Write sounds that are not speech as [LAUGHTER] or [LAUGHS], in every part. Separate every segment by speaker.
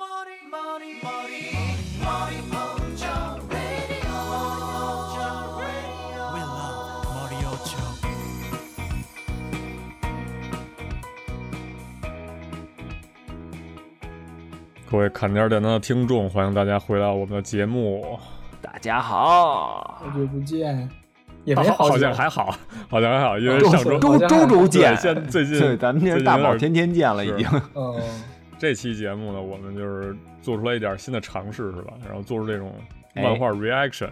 Speaker 1: 머리 머리 머리 머리 먼저 radio 먼저 radio
Speaker 2: We love Mario Show.
Speaker 3: 各位砍点儿电台的听众，欢迎大家回到我们的节目。
Speaker 4: 大家好，
Speaker 5: 好久不见，也没
Speaker 3: 啊好好
Speaker 5: 久
Speaker 3: 像，还好，好像还好，因为
Speaker 5: 周
Speaker 3: 上
Speaker 4: [LAUGHS]
Speaker 3: 周
Speaker 5: 周周
Speaker 4: 周
Speaker 3: 对现最近
Speaker 4: [LAUGHS] 对，咱们
Speaker 3: 最
Speaker 4: 这是
Speaker 3: 近
Speaker 4: 大宝
Speaker 3: 有点
Speaker 4: 天天见了，已经。
Speaker 5: 嗯，
Speaker 3: [LAUGHS] 这期节目呢，我们就是做出了一点新的尝试，是吧？然后做出这种
Speaker 4: 哎
Speaker 3: 漫画 reaction。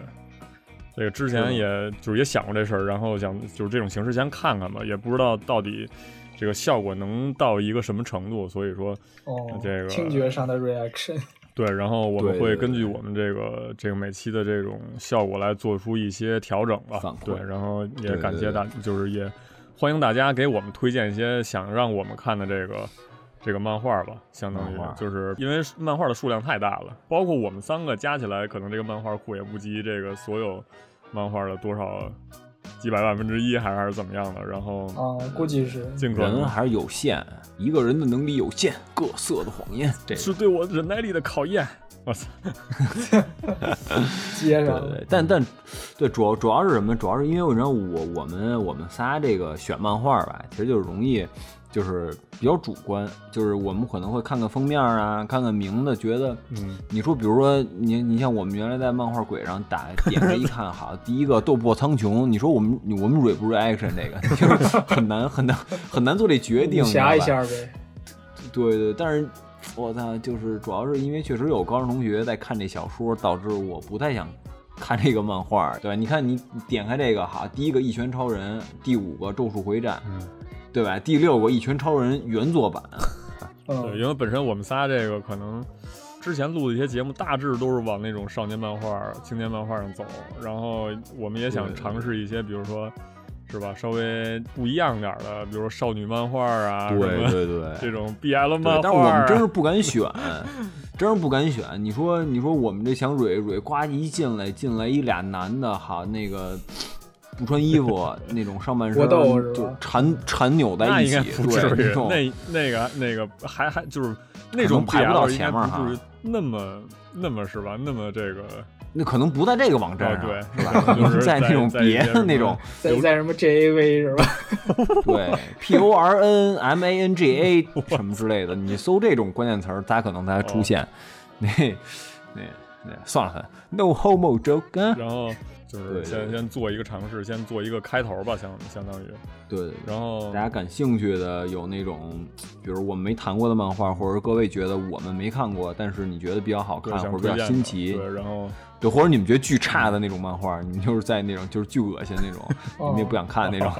Speaker 3: 这个之前
Speaker 4: 是
Speaker 3: 也就是也想过这事儿，然后想就是这种形式先看看吧，也不知道到底这个效果能到一个什么程度，所以说
Speaker 5: 哦，
Speaker 3: 这个
Speaker 5: 听觉上的 reaction，
Speaker 3: 对，然后我们
Speaker 4: 对
Speaker 3: 会
Speaker 4: 对
Speaker 3: 根据
Speaker 4: 对
Speaker 3: 我们这个这个每期的这种效果来做出一些调整吧
Speaker 4: 反。馈
Speaker 3: 对，然后也
Speaker 4: 对
Speaker 3: 感
Speaker 4: 对
Speaker 3: 谢大，就是也欢迎大家给我们推荐一些想让我们看的这个这个漫画吧，相当于
Speaker 4: 漫画
Speaker 3: 就是因为漫画的数量太大了，包括我们三个加起来，可能这个漫画库也不及这个所有漫画的多少几百万分之一，还是还是怎么样的。然后
Speaker 5: 啊，估计是
Speaker 3: 尽可
Speaker 4: 人啊
Speaker 3: 能
Speaker 4: 还是有限，一个人的能力有限。各色的谎言，这
Speaker 3: 是对我忍耐力的考验。我操！
Speaker 5: 接上
Speaker 4: 对对
Speaker 5: 了，
Speaker 4: 对，但但对，主要主要是什么？主要是因为我知道我我们我们仨这个选漫画吧，其实就是容易就是比较主观，就是我们可能会看看封面啊，看看名字，觉得
Speaker 3: 嗯，
Speaker 4: 你说比如说你你像我们原来在漫画鬼上打点开一看，好，第一个斗破苍穹，你说我们我们 re 不 reaction 这个 [LAUGHS] 就是很难很难很难做这决定，
Speaker 5: 武侠一
Speaker 4: 你知道吧
Speaker 5: 下呗，
Speaker 4: 对对，但是我操，就是主要是因为确实有高中同学在看这小说，导致我不太想看这个漫画。对，你看你点开这个哈，第一个《一拳超人》，第五个《咒术回战》
Speaker 3: 嗯啊
Speaker 4: 对吧？第六个《一拳超人》原作版，
Speaker 3: 对，
Speaker 5: 嗯，
Speaker 3: 因为本身我们仨这个可能之前录的一些节目，大致都是往那种少年漫画、青年漫画上走，然后我们也想
Speaker 4: 对
Speaker 3: 尝试一些，比如说，是吧，稍微不一样点儿的，比如说少女漫画啊，什么
Speaker 4: 对对
Speaker 3: [LAUGHS] 这种 BL
Speaker 4: 对
Speaker 3: 漫，
Speaker 4: 但是我
Speaker 3: 画、啊
Speaker 4: 们真是不敢选，真是不敢选。你说，你说我们这想蕊蕊，呱一进来进来一俩男的，哈，那个不穿
Speaker 3: [LAUGHS]
Speaker 4: 衣服那种上半身
Speaker 5: 搏斗是吧
Speaker 4: 就缠缠扭
Speaker 3: 那
Speaker 4: 在一
Speaker 3: 应该
Speaker 4: 起，
Speaker 3: 不至
Speaker 4: 对
Speaker 3: 于
Speaker 4: 那，种
Speaker 3: 那那个那个还还就是那种
Speaker 4: 可能排不到
Speaker 3: BL 应该
Speaker 4: 前面哈
Speaker 3: 不至于那么那么是吧？那么这个
Speaker 4: 那可能不在这个网站
Speaker 3: 啊
Speaker 4: 上，
Speaker 3: 对，
Speaker 4: 是吧？可
Speaker 3: 就
Speaker 4: 能
Speaker 3: 是
Speaker 4: [LAUGHS] 在那种
Speaker 3: 在一
Speaker 4: 别
Speaker 3: 些
Speaker 4: 的那
Speaker 3: 什么
Speaker 4: 种，
Speaker 5: 在在什么 JAV 是吧？
Speaker 4: 对 P O R N M A N G A
Speaker 3: [LAUGHS]
Speaker 4: 什么之类的，你搜这种关键词儿，它可能才
Speaker 3: 哦
Speaker 4: 出现。那那那算了算了，No homo joke 啊。
Speaker 3: 然
Speaker 4: [LAUGHS]
Speaker 3: 后就是
Speaker 4: 对对
Speaker 3: 先
Speaker 4: 对
Speaker 3: 先做一个尝试，先做一个开头吧，相相当于，
Speaker 4: 对对对。
Speaker 3: 然后
Speaker 4: 大家感兴趣的有那种，比如我们没谈过的漫画，或者是各位觉得我们没看过，但是你觉得比较好
Speaker 3: 对
Speaker 4: 看，
Speaker 3: 想
Speaker 4: 或者比
Speaker 3: 推荐
Speaker 4: 较新
Speaker 3: 的
Speaker 4: 奇，
Speaker 3: 对，然后
Speaker 4: 对，或者你们觉得巨差的那种漫画，你们就是在那种就是巨恶心那种，你们也不想看那种，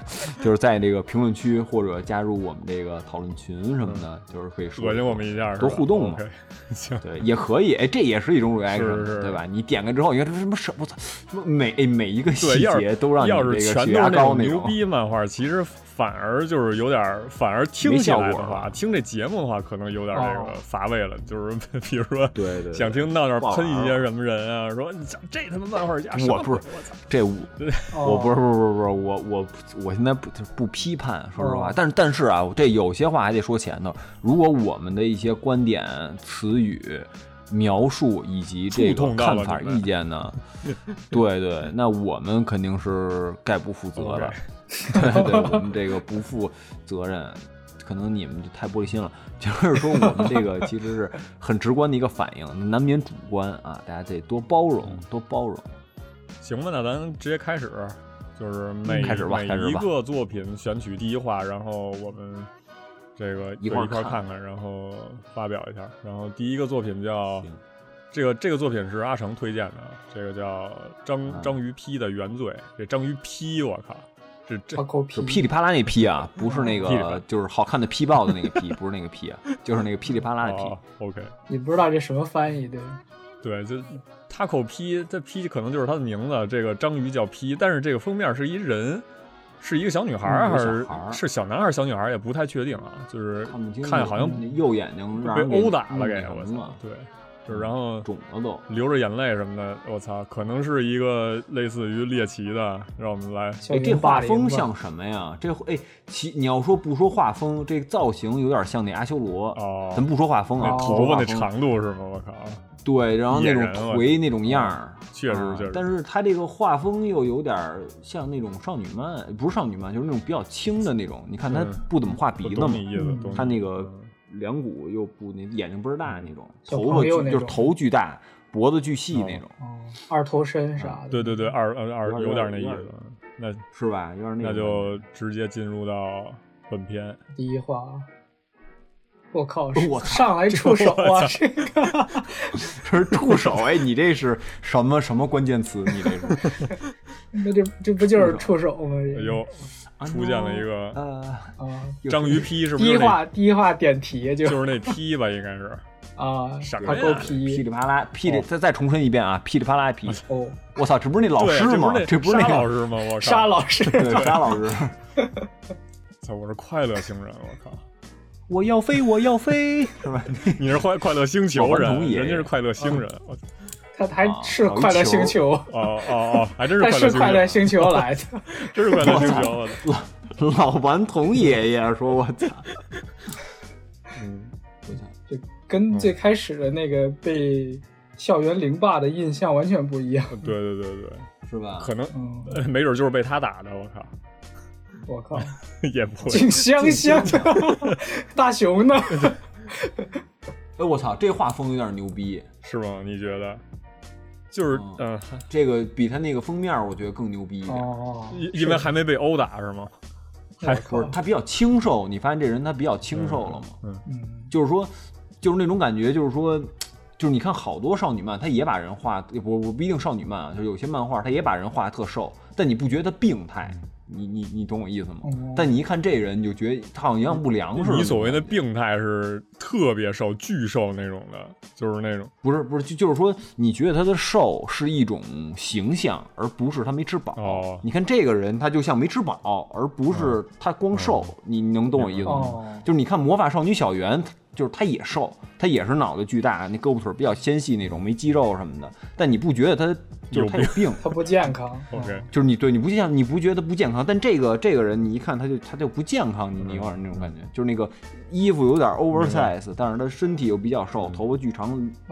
Speaker 4: 就是在这个评论区或者加入我们这个讨论群什么的，就是可以说
Speaker 3: 恶心我们一下，是吧
Speaker 4: 多互动嘛
Speaker 3: OK，行，
Speaker 4: 对，也可以，哎，这也是一种 reaction，
Speaker 3: 是是
Speaker 4: 对吧？你点开之后，你看这什么什么，什么每哎每一个
Speaker 3: 对，
Speaker 4: 细
Speaker 3: 要
Speaker 4: 节
Speaker 3: 是
Speaker 4: 都让
Speaker 3: 要
Speaker 4: 你
Speaker 3: 是
Speaker 4: 这
Speaker 3: 全都
Speaker 4: 个血
Speaker 3: 是
Speaker 4: 压
Speaker 3: 那
Speaker 4: 高
Speaker 3: 种
Speaker 4: 那
Speaker 3: 牛逼漫画，其实反而就是有点儿，反而听
Speaker 4: 没
Speaker 3: 起
Speaker 4: 效
Speaker 3: 来的
Speaker 4: 果
Speaker 3: 话，听这节目的话，可能有点儿这个
Speaker 5: 哦
Speaker 3: 乏味了。就是比如说， [LAUGHS]
Speaker 4: 对对对
Speaker 3: 想听到那儿
Speaker 4: 不好
Speaker 3: 喷一
Speaker 4: 玩
Speaker 3: 些
Speaker 4: 了
Speaker 3: 什么人啊，说你讲这他妈漫画家什么
Speaker 4: 我不是
Speaker 3: 鬼我操，
Speaker 4: 这我
Speaker 5: 哦
Speaker 4: 我不是不是不是不是我我我现在不不批判，说实话
Speaker 5: 哦，
Speaker 4: 但是但是啊，这有些话还得说前头。如果我们的一些观点、词语、描述以及
Speaker 3: 触
Speaker 4: 这个
Speaker 3: 痛到
Speaker 4: 看
Speaker 3: 了
Speaker 4: 法、
Speaker 3: 你们
Speaker 4: 意
Speaker 3: [LAUGHS]
Speaker 4: 见呢，对对，那我们肯定是概不负责的
Speaker 3: OK
Speaker 4: 对对，我们这个不负责任。可能你们就太玻璃心了，就是说我们这个其实是很直观的一个反应，难免主观啊，大家得多包容，
Speaker 3: 嗯
Speaker 4: 多包容。
Speaker 3: 行吧，那咱直接开始，就是每
Speaker 4: 嗯开始吧
Speaker 3: 每
Speaker 4: 开始
Speaker 3: 一
Speaker 4: 吧
Speaker 3: 个作品选取第一话，然后我们这个对
Speaker 4: 一块儿
Speaker 3: 一块儿
Speaker 4: 看
Speaker 3: 看看，然后发表一下。然后第一个作品叫
Speaker 4: 行
Speaker 3: 这个这个作品是阿成推荐的，这个叫章
Speaker 4: 嗯
Speaker 3: 章鱼批的原罪。这章鱼批，我靠，这这
Speaker 5: 他抠
Speaker 4: 就
Speaker 5: 皮，
Speaker 4: 噼里啪啦那噼啊，不是那
Speaker 3: 噼里啪
Speaker 4: 个
Speaker 3: 啦
Speaker 4: 就是好看的劈爆的那个劈，不是那个劈啊，就是那个噼里啪啦的
Speaker 3: 哦
Speaker 4: 劈。
Speaker 3: ，OK，
Speaker 5: 你不知道这什么翻译对？
Speaker 3: 哎对，就他口批，这批可能就是他的名字。这个章鱼叫批，但是这个封面是一人，是一个小女孩儿还
Speaker 4: 嗯一个
Speaker 3: 是
Speaker 4: 小孩儿
Speaker 3: 是小男孩儿小女孩儿也不太确定啊，就是
Speaker 4: 看不清，
Speaker 3: 看好像
Speaker 4: 右眼睛让
Speaker 3: 被
Speaker 4: 人给
Speaker 3: 殴打了，给
Speaker 4: 弄
Speaker 3: 我
Speaker 4: 什么嗯
Speaker 3: 操
Speaker 4: 了！
Speaker 3: 对，就是然后
Speaker 4: 肿了都。
Speaker 3: 流着眼泪什么的，我操，可能是一个类似于猎奇的，让我们来
Speaker 5: 校
Speaker 4: 哎，这
Speaker 5: 园
Speaker 4: 画
Speaker 5: 霸凌
Speaker 4: 风
Speaker 5: 吧
Speaker 4: 像什么呀？这哎，其你要说不说画风，这造型有点像那阿修罗。
Speaker 3: 哦
Speaker 4: 咱不说画风
Speaker 3: 那
Speaker 4: 啊，不
Speaker 3: 头
Speaker 4: 说
Speaker 3: 发
Speaker 4: 画
Speaker 3: 那
Speaker 4: 风
Speaker 3: 长度是吗？我靠，
Speaker 4: 对，然后那
Speaker 3: 野人
Speaker 4: 种
Speaker 3: 了
Speaker 4: 颓那种样儿，
Speaker 3: 确实
Speaker 4: 啊
Speaker 3: 确实
Speaker 4: 但是他这个画风又有点儿像那种少女漫，不是少女漫，就是那种比较轻的那种。你看他
Speaker 3: 嗯
Speaker 4: 不怎么画鼻
Speaker 3: 我
Speaker 4: 子
Speaker 3: 懂
Speaker 4: 嘛，
Speaker 3: 你意思，
Speaker 5: 嗯
Speaker 3: 懂你
Speaker 4: 他
Speaker 3: 意
Speaker 4: 那
Speaker 3: 思
Speaker 4: 个梁骨又不那眼睛倍儿大那种，
Speaker 5: 小
Speaker 4: 头
Speaker 5: 朋
Speaker 4: 发巨
Speaker 5: 友那
Speaker 4: 就是
Speaker 5: 种
Speaker 4: 头巨大，脖子巨细那种，
Speaker 5: 哦，二头身啥的，
Speaker 3: 对对对，二呃二
Speaker 4: 有
Speaker 3: 有
Speaker 4: 点
Speaker 3: 点那意
Speaker 4: 有点
Speaker 3: 思，那
Speaker 4: 是吧？有点那
Speaker 3: 那
Speaker 4: 种
Speaker 3: 就
Speaker 4: [LAUGHS]
Speaker 3: 直接进入到本片。
Speaker 5: 第一话。我
Speaker 3: 哦
Speaker 5: 靠！
Speaker 4: 我操
Speaker 5: 上来触手啊！这个
Speaker 4: 是触手。哎，你这是什么什么关键词？你这
Speaker 5: [LAUGHS]
Speaker 4: 是啊
Speaker 5: 那这这不就是触手吗？
Speaker 3: 哎呦，出现了一个
Speaker 4: 呃，
Speaker 5: 啊！
Speaker 4: 有
Speaker 3: 章
Speaker 4: [LAUGHS]
Speaker 3: 鱼批，是不
Speaker 5: 第
Speaker 3: 是
Speaker 5: 一
Speaker 3: 就是那？
Speaker 5: 话第一话点题就
Speaker 3: 就是那批吧，应该是。
Speaker 5: 啊
Speaker 3: 什，么
Speaker 5: 他
Speaker 3: 呀
Speaker 5: 够
Speaker 4: 噼
Speaker 5: 皮
Speaker 4: 里啪啦，噼里
Speaker 3: 哦
Speaker 4: 再再重申一遍啊！噼里啪
Speaker 3: [LAUGHS]
Speaker 4: 啦噼，
Speaker 5: 哦，
Speaker 4: 我操，这不是那老
Speaker 3: 对
Speaker 4: 师吗？这
Speaker 3: 这
Speaker 4: 不是
Speaker 3: 沙
Speaker 4: 那
Speaker 3: 老
Speaker 4: 个
Speaker 3: 师吗？我靠！
Speaker 5: 沙老师
Speaker 3: [LAUGHS]
Speaker 4: 对沙老
Speaker 5: [LAUGHS]
Speaker 4: 师。
Speaker 3: 操！我是快乐星人，我靠！
Speaker 4: 我要飞，我要飞， [LAUGHS] 是吧？
Speaker 3: 你是快快乐星球
Speaker 4: 老顽童
Speaker 3: 人，
Speaker 4: 爷爷
Speaker 3: 人家是快乐星人。我
Speaker 5: 他还
Speaker 4: 啊
Speaker 5: 是
Speaker 4: 搞一
Speaker 5: 快乐
Speaker 4: 球
Speaker 5: 星球，
Speaker 3: 哦哦哦，还真是
Speaker 5: [LAUGHS] 他是快
Speaker 3: 快
Speaker 5: 乐
Speaker 3: 乐
Speaker 5: 星
Speaker 3: 星
Speaker 5: 球来的，
Speaker 3: 球，真是快乐星球。我啊操！
Speaker 4: 老顽童爷爷说：“我操，
Speaker 3: 嗯，
Speaker 5: 就跟最开始的那个被校园凌霸的印象完全不一样。
Speaker 3: 对对对对，
Speaker 4: 是吧？
Speaker 3: 可能
Speaker 5: 嗯，
Speaker 3: 呃没准就是被他打的，我靠， [LAUGHS]
Speaker 5: 我靠，
Speaker 3: 也不会。
Speaker 5: 静香香， [LAUGHS] 大
Speaker 3: [LAUGHS]
Speaker 5: 熊呢？
Speaker 4: 哎，我操，这画风有点牛逼，
Speaker 3: 是吗？你觉得？就是
Speaker 4: 嗯
Speaker 3: 嗯、呃
Speaker 4: 这个比他那个封面我觉得更牛逼一点。
Speaker 5: 哦，
Speaker 3: 因因为还没被殴打是吗？
Speaker 5: 我
Speaker 4: 不是
Speaker 5: 靠，
Speaker 4: 他比较清瘦，你发现这人他比较清瘦了吗？
Speaker 3: 嗯，
Speaker 5: 嗯，
Speaker 4: 就是说，就是那种感觉，就是说，就是你看好多少女漫，他也把人画，也不不不一定少女漫啊，就是有些漫画他也把人画得特瘦，但你不觉得病态？你你你懂我意思吗？
Speaker 5: 嗯
Speaker 4: 但你一看这人，你就觉得他好像营养不良似的。
Speaker 3: 你所谓的病态是特别瘦、巨瘦那种的，就是那种
Speaker 4: 不是不是，就就是说，你觉得他的瘦是一种形象，而不是他没吃饱。
Speaker 3: 哦
Speaker 4: 你看这个人，他就像没吃饱，而不是他光瘦。你你能懂我意思吗？
Speaker 5: 嗯哦
Speaker 4: 就是你看《魔法少女小圆》，就是她也瘦，她也是脑袋巨大，那胳膊腿儿比较纤细那种，没肌肉什么的。但你不觉得她就
Speaker 3: 有
Speaker 4: 是她有病？
Speaker 5: 他不健康。
Speaker 3: 哦 OK，
Speaker 4: 就是你对你不像你不觉得不健康，但这个这个人你一看他就他就不健康，你你有点那种感觉，就是那个衣服有点 oversize，但是他身体又比较瘦，头发巨长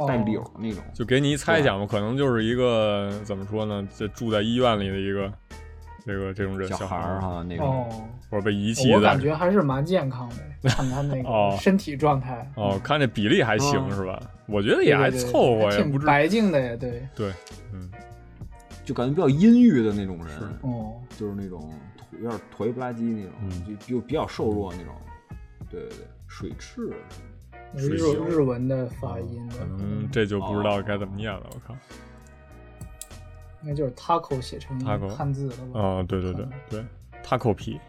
Speaker 4: 带绺儿那种。
Speaker 3: 就给你一猜想吧，可能就是一个怎么说呢？这住在医院里的一个这个这种人
Speaker 4: 小孩儿哈、那种。
Speaker 5: 哦，
Speaker 3: 或者被遗弃
Speaker 5: 我
Speaker 3: 的
Speaker 5: 感。觉还是蛮健康的，看他那
Speaker 3: 哦
Speaker 5: 个身体状态。
Speaker 3: 哦，看这比例还行、
Speaker 4: 嗯
Speaker 3: 是吧？我觉得也还
Speaker 5: 对对对
Speaker 3: 凑合，
Speaker 5: 还
Speaker 3: 也不
Speaker 5: 挺
Speaker 3: 至
Speaker 5: 白净的呀，对，
Speaker 3: 对，嗯，
Speaker 4: 就感觉比较阴郁的那种人，
Speaker 5: 哦，
Speaker 4: 就是那种腿有点颓不拉几那种，就就比较瘦弱那种。对对对，水蛭
Speaker 3: 水
Speaker 5: 日
Speaker 3: 袖
Speaker 5: 日文的发音的
Speaker 3: 哦可，能这就不知道该怎么念了。我靠！
Speaker 4: 哦
Speaker 5: 应该就是 taco 写成
Speaker 3: taco
Speaker 5: 汉字了吧？
Speaker 3: 啊、对对对对，他口皮，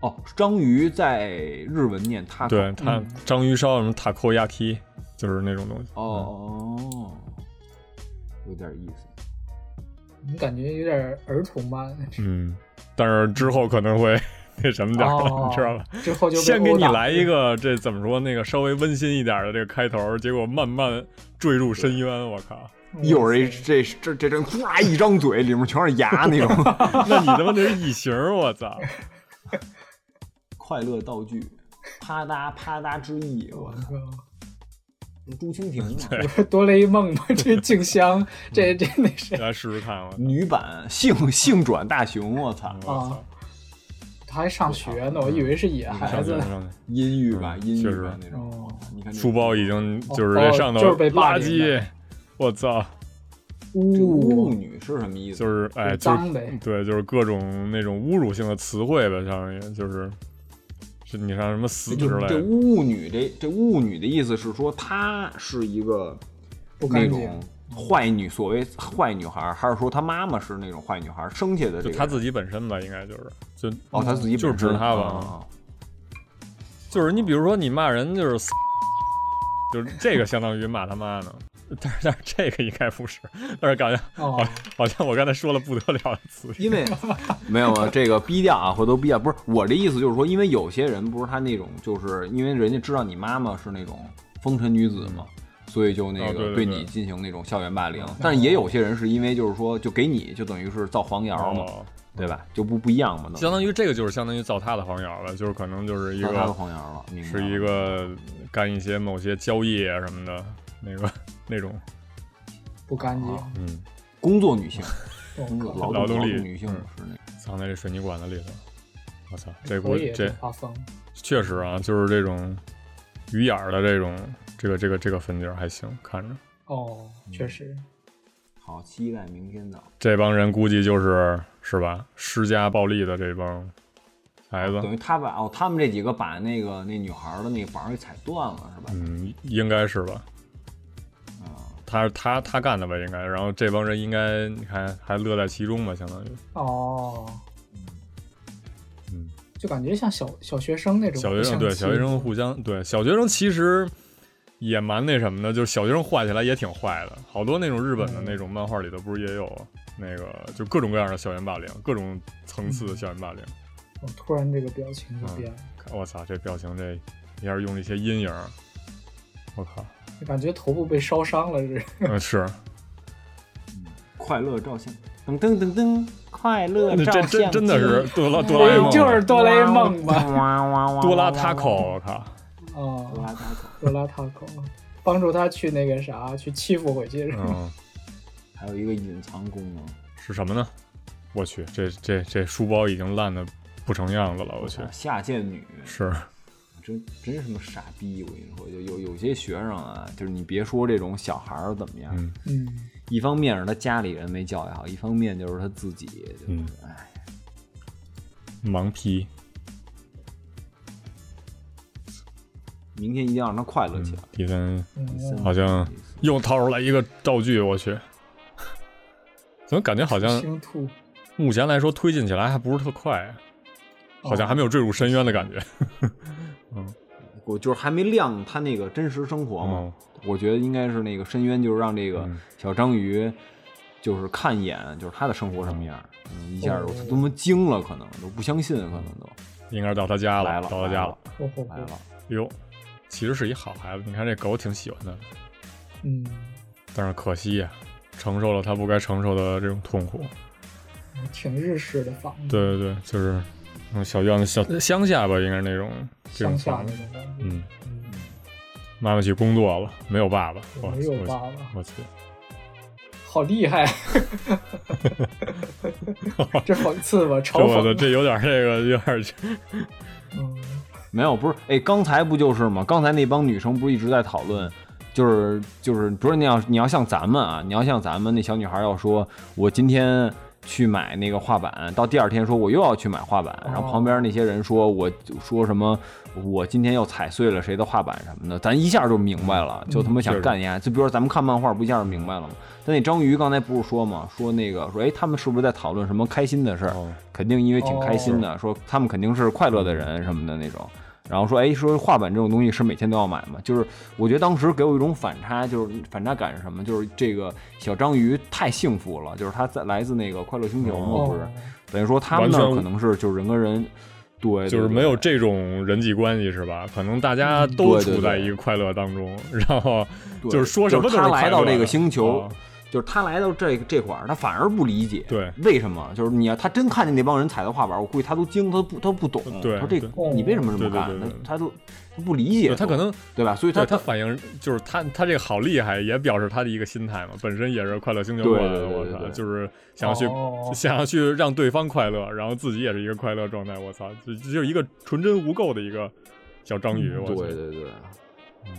Speaker 4: 哦，章鱼在日文念它。
Speaker 3: 对他
Speaker 5: 嗯
Speaker 3: 章鱼烧什么塔扣亚 k 就是那种东西。
Speaker 4: 哦
Speaker 3: 嗯
Speaker 4: 哦，有点意思。
Speaker 5: 你感觉有点儿童漫，
Speaker 3: 嗯，但是之后可能会 [LAUGHS] 那什么点儿了，
Speaker 5: 哦
Speaker 3: 你知道吧？
Speaker 5: [LAUGHS] 之后就被
Speaker 3: 先给
Speaker 5: 殴
Speaker 3: 你
Speaker 5: 打
Speaker 3: 来
Speaker 5: [LAUGHS]
Speaker 3: 一个这怎么说那个稍微温馨一点的这个开头，结果慢慢坠入深渊。我靠，
Speaker 5: 嗯
Speaker 4: 一会儿这这这这人哗一张嘴，里面全是牙那种。
Speaker 3: 那你他妈那是异形儿，我操！
Speaker 4: 快乐道具，啪嗒啪嗒之意，我操，朱啊蜻蜓嘛，
Speaker 5: 我哆啦 A 梦嘛，
Speaker 3: [LAUGHS]
Speaker 5: 这静香，这
Speaker 3: 嗯
Speaker 5: 这那谁
Speaker 3: 来试试看，我操！
Speaker 4: 女版性性转大熊，我操，
Speaker 3: 我
Speaker 5: [LAUGHS] 啊
Speaker 3: 操，
Speaker 5: 他还上学呢，我以为是野孩
Speaker 3: 上去
Speaker 5: 子
Speaker 3: 了。上去了
Speaker 4: 阴郁吧，
Speaker 3: 嗯
Speaker 4: 阴郁
Speaker 3: 确实
Speaker 4: 吧那种。我操你看这
Speaker 3: 书包已经就是
Speaker 5: 哦
Speaker 3: 这上头
Speaker 5: 就是被霸
Speaker 3: 垃
Speaker 5: 凌
Speaker 3: 圾，我操！
Speaker 5: 嗯
Speaker 4: 这个巫
Speaker 5: 呜，
Speaker 4: 女是什么意思？
Speaker 3: 就是哎，就
Speaker 5: 脏
Speaker 3: 是
Speaker 5: 呗
Speaker 3: 对，就是各种那种侮辱性的词汇吧，相当于就是是你像什么死
Speaker 4: 这
Speaker 3: 之
Speaker 4: 就
Speaker 3: 类
Speaker 4: 这
Speaker 3: 的，
Speaker 4: 巫女这这巫女的意思是说，她是一个
Speaker 5: 不
Speaker 4: 那
Speaker 5: 干净嗯
Speaker 4: 种坏女，所谓坏女孩，还是说她妈妈是那种坏女孩生下的这
Speaker 3: 就
Speaker 4: 个
Speaker 3: 她自己本身吧，应该就是就
Speaker 4: 哦，她自己
Speaker 3: 就是
Speaker 4: 本身
Speaker 3: 指她吧
Speaker 4: 啊啊啊
Speaker 3: 就是你比如说你骂人就是死，就是这个相当于骂他妈呢，但是但是这个应该不是，但是感觉
Speaker 5: 哦
Speaker 3: 好像好像我刚才说了不得了的词语，
Speaker 4: 因为没有啊，这个逼掉啊，回头逼掉。不是我这意思，就是说，因为有些人不是他那种，就是因为人家知道你妈妈是那种风尘女子嘛，所以就那
Speaker 3: 哦对
Speaker 4: 个
Speaker 3: 对对
Speaker 4: 对你进行那种校园霸凌。
Speaker 5: 嗯
Speaker 4: 但也有些人是因为就是说，就给你就等于是造黄谣嘛，
Speaker 3: 哦
Speaker 4: 对吧？就不不一样嘛，那
Speaker 3: 相当于这个就是相当于造他的黄谣了，就是可能就是一
Speaker 4: 造他的
Speaker 3: 个
Speaker 4: 黄谣了，明白
Speaker 3: 是
Speaker 4: 了
Speaker 3: 一个干一些某些交易啊什么的那个那种，
Speaker 5: 不干净。哦
Speaker 4: 啊
Speaker 3: 嗯，
Speaker 4: 工作女性，
Speaker 5: 我
Speaker 4: 工作
Speaker 5: 靠
Speaker 4: 劳
Speaker 3: 劳
Speaker 4: 动
Speaker 3: 动力
Speaker 4: 女性
Speaker 3: 嗯
Speaker 4: 是那个。
Speaker 3: 藏在这水泥管子里头。我操，这
Speaker 5: 我
Speaker 3: 不
Speaker 5: 也
Speaker 3: 这
Speaker 5: 发疯，
Speaker 3: 确实啊，就是这种鱼眼儿的这种这个这个这个分界还行，看着
Speaker 5: 哦，确实，
Speaker 4: 好，期待明天的。
Speaker 3: 这帮人估计就是是吧，施加暴力的这帮孩子，
Speaker 4: 等于他把哦，他们这几个把那个那女孩的那个绑给踩断了，是吧？
Speaker 3: 嗯，应该是吧。
Speaker 4: 啊，
Speaker 3: 他是他他干的吧，应该，然后这帮人应该你看还乐在其中吧，相当于，
Speaker 5: 哦，
Speaker 3: 嗯，
Speaker 5: 就感觉像小小学生那种
Speaker 3: 小学生对小学生互相对小学生其实也蛮那什么的，就是小学生坏起来也挺坏的，好多那种日本的那种漫画里头不是也有那个就各种各样的校园霸凌，各种层次的校园霸凌。
Speaker 5: 我突然这个表情
Speaker 3: 嗯
Speaker 5: 就变了，
Speaker 3: 我操，这表情这一下用了一些阴影儿，我 [LAUGHS] 靠，
Speaker 5: 就感觉头部被烧伤了似的。
Speaker 3: 嗯
Speaker 4: [LAUGHS]
Speaker 3: 是，
Speaker 4: 快乐照相，噔噔噔噔，快乐照
Speaker 3: 这
Speaker 4: 相机，嗯
Speaker 3: 真真的是哆啦哆啦 A 梦，
Speaker 5: [LAUGHS] 就是哆啦 A 梦吧？
Speaker 3: 哆啦 taco，我靠，
Speaker 4: 哆
Speaker 5: 哦，
Speaker 4: 啦 taco，
Speaker 5: 多拉塔口，帮助他去那个啥，去欺负回去。
Speaker 3: 嗯。
Speaker 4: 还有一个隐藏功能，
Speaker 3: 是什么呢？我去，这这这书包已经烂的不成样子了，我去，
Speaker 4: 啊下贱女，
Speaker 3: 是
Speaker 4: 真真是他妈傻逼！我跟你说，就有有些学生啊，就是你别说这种小孩儿怎么样，
Speaker 3: 嗯
Speaker 5: [LAUGHS] 嗯，
Speaker 4: 一方面是他家里人没教育好，一方面就是他自己，就是、
Speaker 3: 嗯
Speaker 4: 哎，
Speaker 3: 盲批，
Speaker 4: 明天一定要让他快乐起来。
Speaker 3: 迪森
Speaker 5: 嗯
Speaker 4: 森
Speaker 3: 好像又掏出来一个道具，我
Speaker 5: [LAUGHS]
Speaker 3: 去，怎么感觉好像
Speaker 5: 星兔，
Speaker 3: 目前来说推进起来还不是特快，
Speaker 5: 哦
Speaker 3: 好像还没有坠入深渊的感觉。
Speaker 4: 我就是还没亮他那个真实生活
Speaker 3: 哦
Speaker 5: 哦
Speaker 4: 嘛，我觉得应该是那个深渊，就是让这个
Speaker 3: 嗯
Speaker 4: 小章鱼，就是看一眼，就是他的生活什么样儿，嗯，一下
Speaker 5: 哦
Speaker 4: 我都他妈惊了，可能都不相信，可能都
Speaker 3: 应该是到他家
Speaker 4: 来
Speaker 3: 了，
Speaker 4: 了，
Speaker 3: 到他家了。
Speaker 5: 吼吼
Speaker 3: 哎
Speaker 4: 来了，来了
Speaker 5: 吼，
Speaker 3: 哟，其实是一好孩子，你看这狗挺喜欢他的，
Speaker 5: 嗯，
Speaker 3: 但是可惜呀、承受了他不该承受的这种痛苦。
Speaker 5: 挺日式的房子，
Speaker 3: 对对对，就是那种小院子、小乡下吧，应该是那种这种
Speaker 5: 呃乡下
Speaker 3: 房
Speaker 5: 那
Speaker 3: 子。
Speaker 5: 种感觉。
Speaker 3: 嗯，
Speaker 5: 嗯，
Speaker 3: 妈妈去工作了，没有爸爸，我
Speaker 5: 没有爸
Speaker 3: 我
Speaker 5: 爸，
Speaker 3: 我去，
Speaker 5: 好
Speaker 3: [LAUGHS]
Speaker 5: 厉害，这讽刺吧，
Speaker 3: 这
Speaker 5: 嘲
Speaker 3: 我的
Speaker 5: 讽。
Speaker 3: 这有点这个有点
Speaker 5: 嗯，
Speaker 4: 没有，不是，哎，刚才不就是吗？刚才那帮女生不是一直在讨论，就是就是，不是你要你要像咱们啊，你要像咱们那小女孩要说，我今天去买那个画板，到第二天说我又要去买画板，然后旁边那些人说我就说什么我今天又踩碎了谁的画板什么的，咱一下就明白了，就他妈想
Speaker 3: 是
Speaker 4: 干啊呀！就比如说咱们看漫画，不一下就明白了吗？但那章鱼刚才不是说嘛，说那个说，哎，他们是不是在讨论什么开心的事儿？
Speaker 3: 哦
Speaker 4: 肯定因为挺开心的，说他们肯定是快乐的人什么的那种。然后说，哎，说画板这种东西是每天都要买吗？就是我觉得当时给我一种反差，就是反差感是什么？就是这个小章鱼太幸福了，就是他在来自那个快乐星球嘛，
Speaker 5: 哦
Speaker 4: 不是？等于说他们那
Speaker 3: 完
Speaker 4: 儿
Speaker 3: 全
Speaker 4: 可能是就是人跟人，对，
Speaker 3: 就是
Speaker 4: 对
Speaker 3: 没有
Speaker 4: 对
Speaker 3: 这种人际关系是吧？可能大家
Speaker 5: 嗯
Speaker 3: 都
Speaker 4: 对对
Speaker 3: 处在
Speaker 4: 对
Speaker 3: 一个快乐当中，然后
Speaker 4: 对
Speaker 3: 就是说什么都
Speaker 4: 就是他
Speaker 3: 快乐
Speaker 4: 来到这
Speaker 3: 的
Speaker 4: 个星球，
Speaker 3: 啊
Speaker 4: 就是他来到这这块儿，他反而不理解，
Speaker 3: 对
Speaker 4: 为什么？就是你要他真看见那帮人踩的画板，我估计他都惊，他不他不懂，
Speaker 3: 对
Speaker 4: 他说这个
Speaker 5: 对
Speaker 4: 你为什么这么干
Speaker 3: 对对对对？
Speaker 4: 他他都他不理解
Speaker 3: 对
Speaker 4: 都，
Speaker 3: 他可能
Speaker 4: 对吧？所以
Speaker 3: 对
Speaker 4: 他
Speaker 3: 他反应就是他他这个好厉害，也表示他的一个心态嘛，本身也是快乐星球
Speaker 4: 对
Speaker 3: 过来的，
Speaker 4: 对对
Speaker 3: 我
Speaker 4: 对
Speaker 3: 操，
Speaker 4: 对
Speaker 3: 就是想要去
Speaker 5: 哦
Speaker 3: 想要去让对方快乐，然后自己也是一个快乐状态，我操，就就是一个纯真无垢的一个小章鱼，我
Speaker 4: 对
Speaker 3: 操，
Speaker 4: 嗯对对对，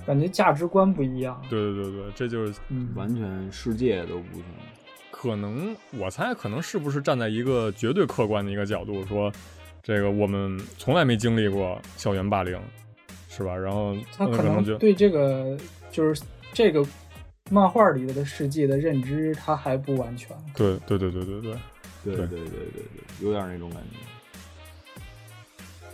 Speaker 5: 感觉价值观不一样。
Speaker 3: 对对对对，这就是
Speaker 5: 嗯，
Speaker 4: 完全世界都不行。
Speaker 3: 可能我猜，可能是不是站在一个绝对客观的一个角度说，这个我们从来没经历过校园霸凌，是吧？然后
Speaker 5: 他
Speaker 3: 嗯
Speaker 5: 可
Speaker 3: 可
Speaker 5: 能
Speaker 3: 就
Speaker 5: 对这个就是这个漫画里的世界的认知，他还不完全。
Speaker 3: 对对对对对对，对
Speaker 4: 对对对对对对，有点那种感觉。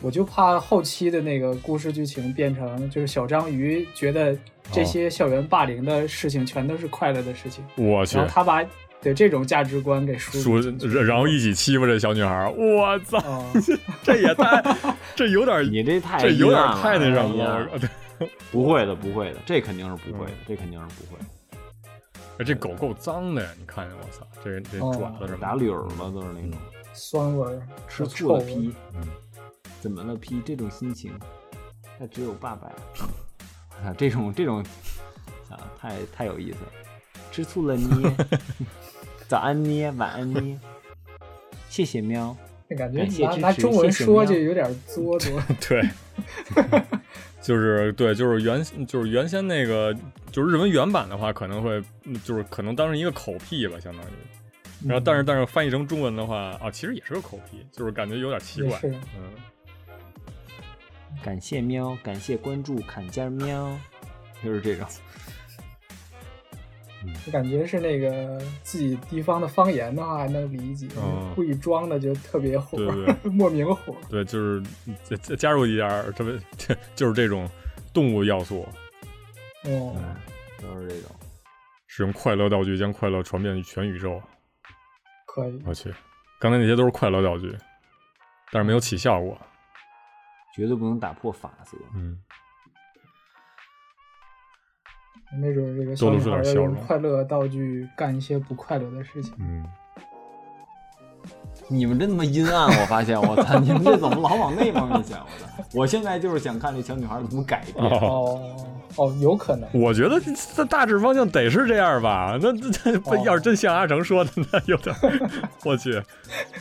Speaker 5: 我就怕后期的那个故事剧情变成，就是小章鱼觉得这些校园霸凌的事情全都是快乐的事情，
Speaker 3: 我去
Speaker 5: 然后，他把对这种价值观给输
Speaker 3: 说
Speaker 5: 入进去。
Speaker 4: 呃
Speaker 3: 然后一起欺负这小女孩儿，我操，
Speaker 5: 哦，
Speaker 3: 这也太，这有点，
Speaker 4: [LAUGHS] 你这太
Speaker 3: 这有
Speaker 4: 阴
Speaker 3: 点
Speaker 4: 暗了
Speaker 3: 太那什
Speaker 4: 阴
Speaker 3: 么
Speaker 4: 暗
Speaker 3: 了嗯
Speaker 4: 了，
Speaker 3: 我
Speaker 4: 不会的，不会的，这肯定是不会的，这肯定是不会的。
Speaker 3: 哎这狗够脏的呀！你看见我操，这这
Speaker 5: 哦
Speaker 3: 爪子什
Speaker 4: 打
Speaker 3: 么的，
Speaker 4: 绺儿了都是那种，
Speaker 5: 酸味儿，
Speaker 4: 吃醋
Speaker 5: 臭啊
Speaker 4: 了批，
Speaker 3: 嗯
Speaker 4: 怎么了批？这种心情，那只有爸爸呀！啊，这种这种啊，太太有意思了。吃醋了捏，早安捏，晚安捏，谢谢喵。
Speaker 5: 那感觉
Speaker 4: 感哎谢
Speaker 5: 拿
Speaker 4: 支
Speaker 5: 拿
Speaker 4: 持
Speaker 5: 中文
Speaker 4: 谢谢
Speaker 5: 说
Speaker 4: 喵
Speaker 5: 就有点
Speaker 4: [LAUGHS]
Speaker 5: 作作。
Speaker 3: [LAUGHS] 对，就是对，就是原就是原先那个就是日文原版的话，可能会嗯就是可能当成一个口癖吧，相当于。然后，但
Speaker 5: 嗯
Speaker 3: 是但是翻译成中文的话啊，其实也是个口癖，就是感觉有点奇
Speaker 5: 也
Speaker 3: 怪。
Speaker 5: 是
Speaker 3: 嗯，
Speaker 4: 感谢喵，感谢关注，砍价喵，就是这种。
Speaker 5: 就感觉是那个自己地方的方言的话还能理解，
Speaker 4: 哦
Speaker 3: 嗯
Speaker 5: 故意装的就特别火，
Speaker 3: 对对
Speaker 5: 莫名火。
Speaker 3: 对，就是加加加入一点儿这么 [LAUGHS] 就是这种动物要素，
Speaker 5: 嗯，
Speaker 4: 嗯，都是这种。
Speaker 3: 使用快乐道具将快乐传遍全宇宙。
Speaker 5: 可以。
Speaker 3: 我去，刚才那些都是快乐道具，但是没有起效果。
Speaker 4: 绝对不能打破法则。
Speaker 3: 嗯，
Speaker 5: 没准儿这个小
Speaker 3: 多露
Speaker 5: 女
Speaker 3: 出
Speaker 5: 孩
Speaker 3: 点
Speaker 5: 儿要
Speaker 3: 笑
Speaker 5: 用
Speaker 3: 容
Speaker 5: 快乐道具干一些不快乐的事情。
Speaker 3: 嗯，
Speaker 4: 你们真他妈阴暗，我发现，我操，你们这怎么老往那方面想？我操，我现在就是想看这小女孩怎么改变。
Speaker 3: 哦，
Speaker 5: 哦哦，有可能。
Speaker 3: 我觉得这这大致方向得是这样吧。那 [LAUGHS] 这这不
Speaker 5: 哦
Speaker 3: 要是真像阿成说的，那有点
Speaker 4: [LAUGHS]
Speaker 3: 儿，我去，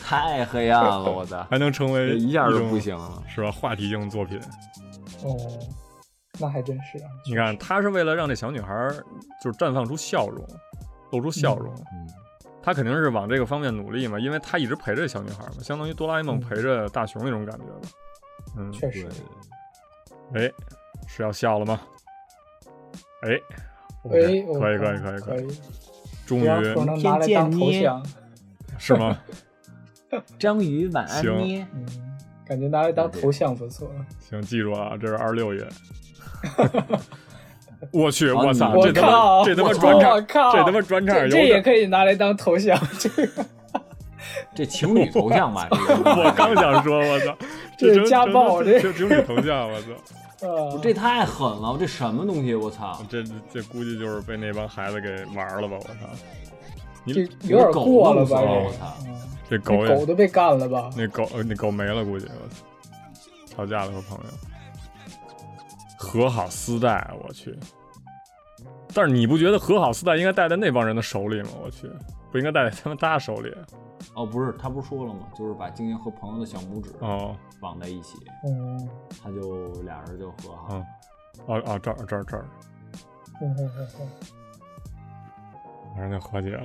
Speaker 4: 太黑暗了，我操，
Speaker 3: 还能成
Speaker 4: 这
Speaker 3: 为
Speaker 4: [LAUGHS] 一下就
Speaker 3: 种
Speaker 4: 不行了。
Speaker 3: 是吧？话题性作品，
Speaker 5: 哦，那还真是啊。
Speaker 3: 你看，他是为了让这小女孩儿就是绽放出笑容，露出笑容。
Speaker 4: 嗯，
Speaker 3: 他肯定是往这个方面努力嘛，因为他一直陪着小女孩嘛，相当于哆啦 A 梦陪着大雄那种感觉了。嗯，
Speaker 5: 确
Speaker 4: 对
Speaker 5: 实，，
Speaker 3: 哎，是要笑了吗？哎
Speaker 5: 哎，
Speaker 3: ，OK，
Speaker 5: 我
Speaker 3: 可以可以
Speaker 5: 靠
Speaker 3: 可以
Speaker 5: 可
Speaker 3: 以，
Speaker 5: 以，
Speaker 3: 终
Speaker 5: 不要说
Speaker 3: 于
Speaker 5: 能拿来当头像，
Speaker 3: 是吗？
Speaker 4: 章鱼晚安
Speaker 3: 行
Speaker 4: 捏，
Speaker 5: 嗯，感觉拿来当头像不错。
Speaker 3: 行，记住啊，这是二
Speaker 5: [LAUGHS]
Speaker 3: 六爷。我去，
Speaker 4: 好
Speaker 3: 我操，
Speaker 4: 你
Speaker 3: 这他妈
Speaker 5: 我靠
Speaker 3: 这他妈
Speaker 5: 我
Speaker 3: 转场，
Speaker 5: 靠
Speaker 3: 这他妈转场
Speaker 5: 这
Speaker 3: 有
Speaker 5: 这也
Speaker 3: 点。
Speaker 5: 可以拿来当头像， [LAUGHS] 这个
Speaker 4: 这情侣头像吧，这 [LAUGHS] 个
Speaker 3: 我刚想说，我操，
Speaker 5: 这
Speaker 3: 真
Speaker 5: 家暴
Speaker 3: 这
Speaker 5: 这 [LAUGHS]
Speaker 3: 这情侣头像，啊我操。
Speaker 5: 呃，
Speaker 4: 这太狠了，这什么东西？我操，
Speaker 3: 这这估计就是被那帮孩子给玩了吧！我操，你
Speaker 5: 这有点过了吧？
Speaker 4: 我
Speaker 5: 这
Speaker 4: 的狗
Speaker 3: 这狗
Speaker 5: 个嗯
Speaker 4: 弄死了我操
Speaker 5: 那狗
Speaker 3: 也
Speaker 5: 都被干了吧？
Speaker 3: 那狗呃那狗没了，估计我操，吵架了和朋友和好丝带，啊我去！但是你不觉得和好丝带应该戴在那帮人的手里吗？我去，不应该戴在他们他手里
Speaker 4: 哦，不是，他不是说了吗？就是把晶晶和朋友的小拇指
Speaker 3: 哦
Speaker 4: 绑在一起，
Speaker 5: 嗯
Speaker 4: 他就俩人就和好
Speaker 3: 哦
Speaker 4: 了。
Speaker 3: 哦哦，这儿这儿这儿，
Speaker 5: 嗯嗯嗯嗯，
Speaker 3: 反正就和解了，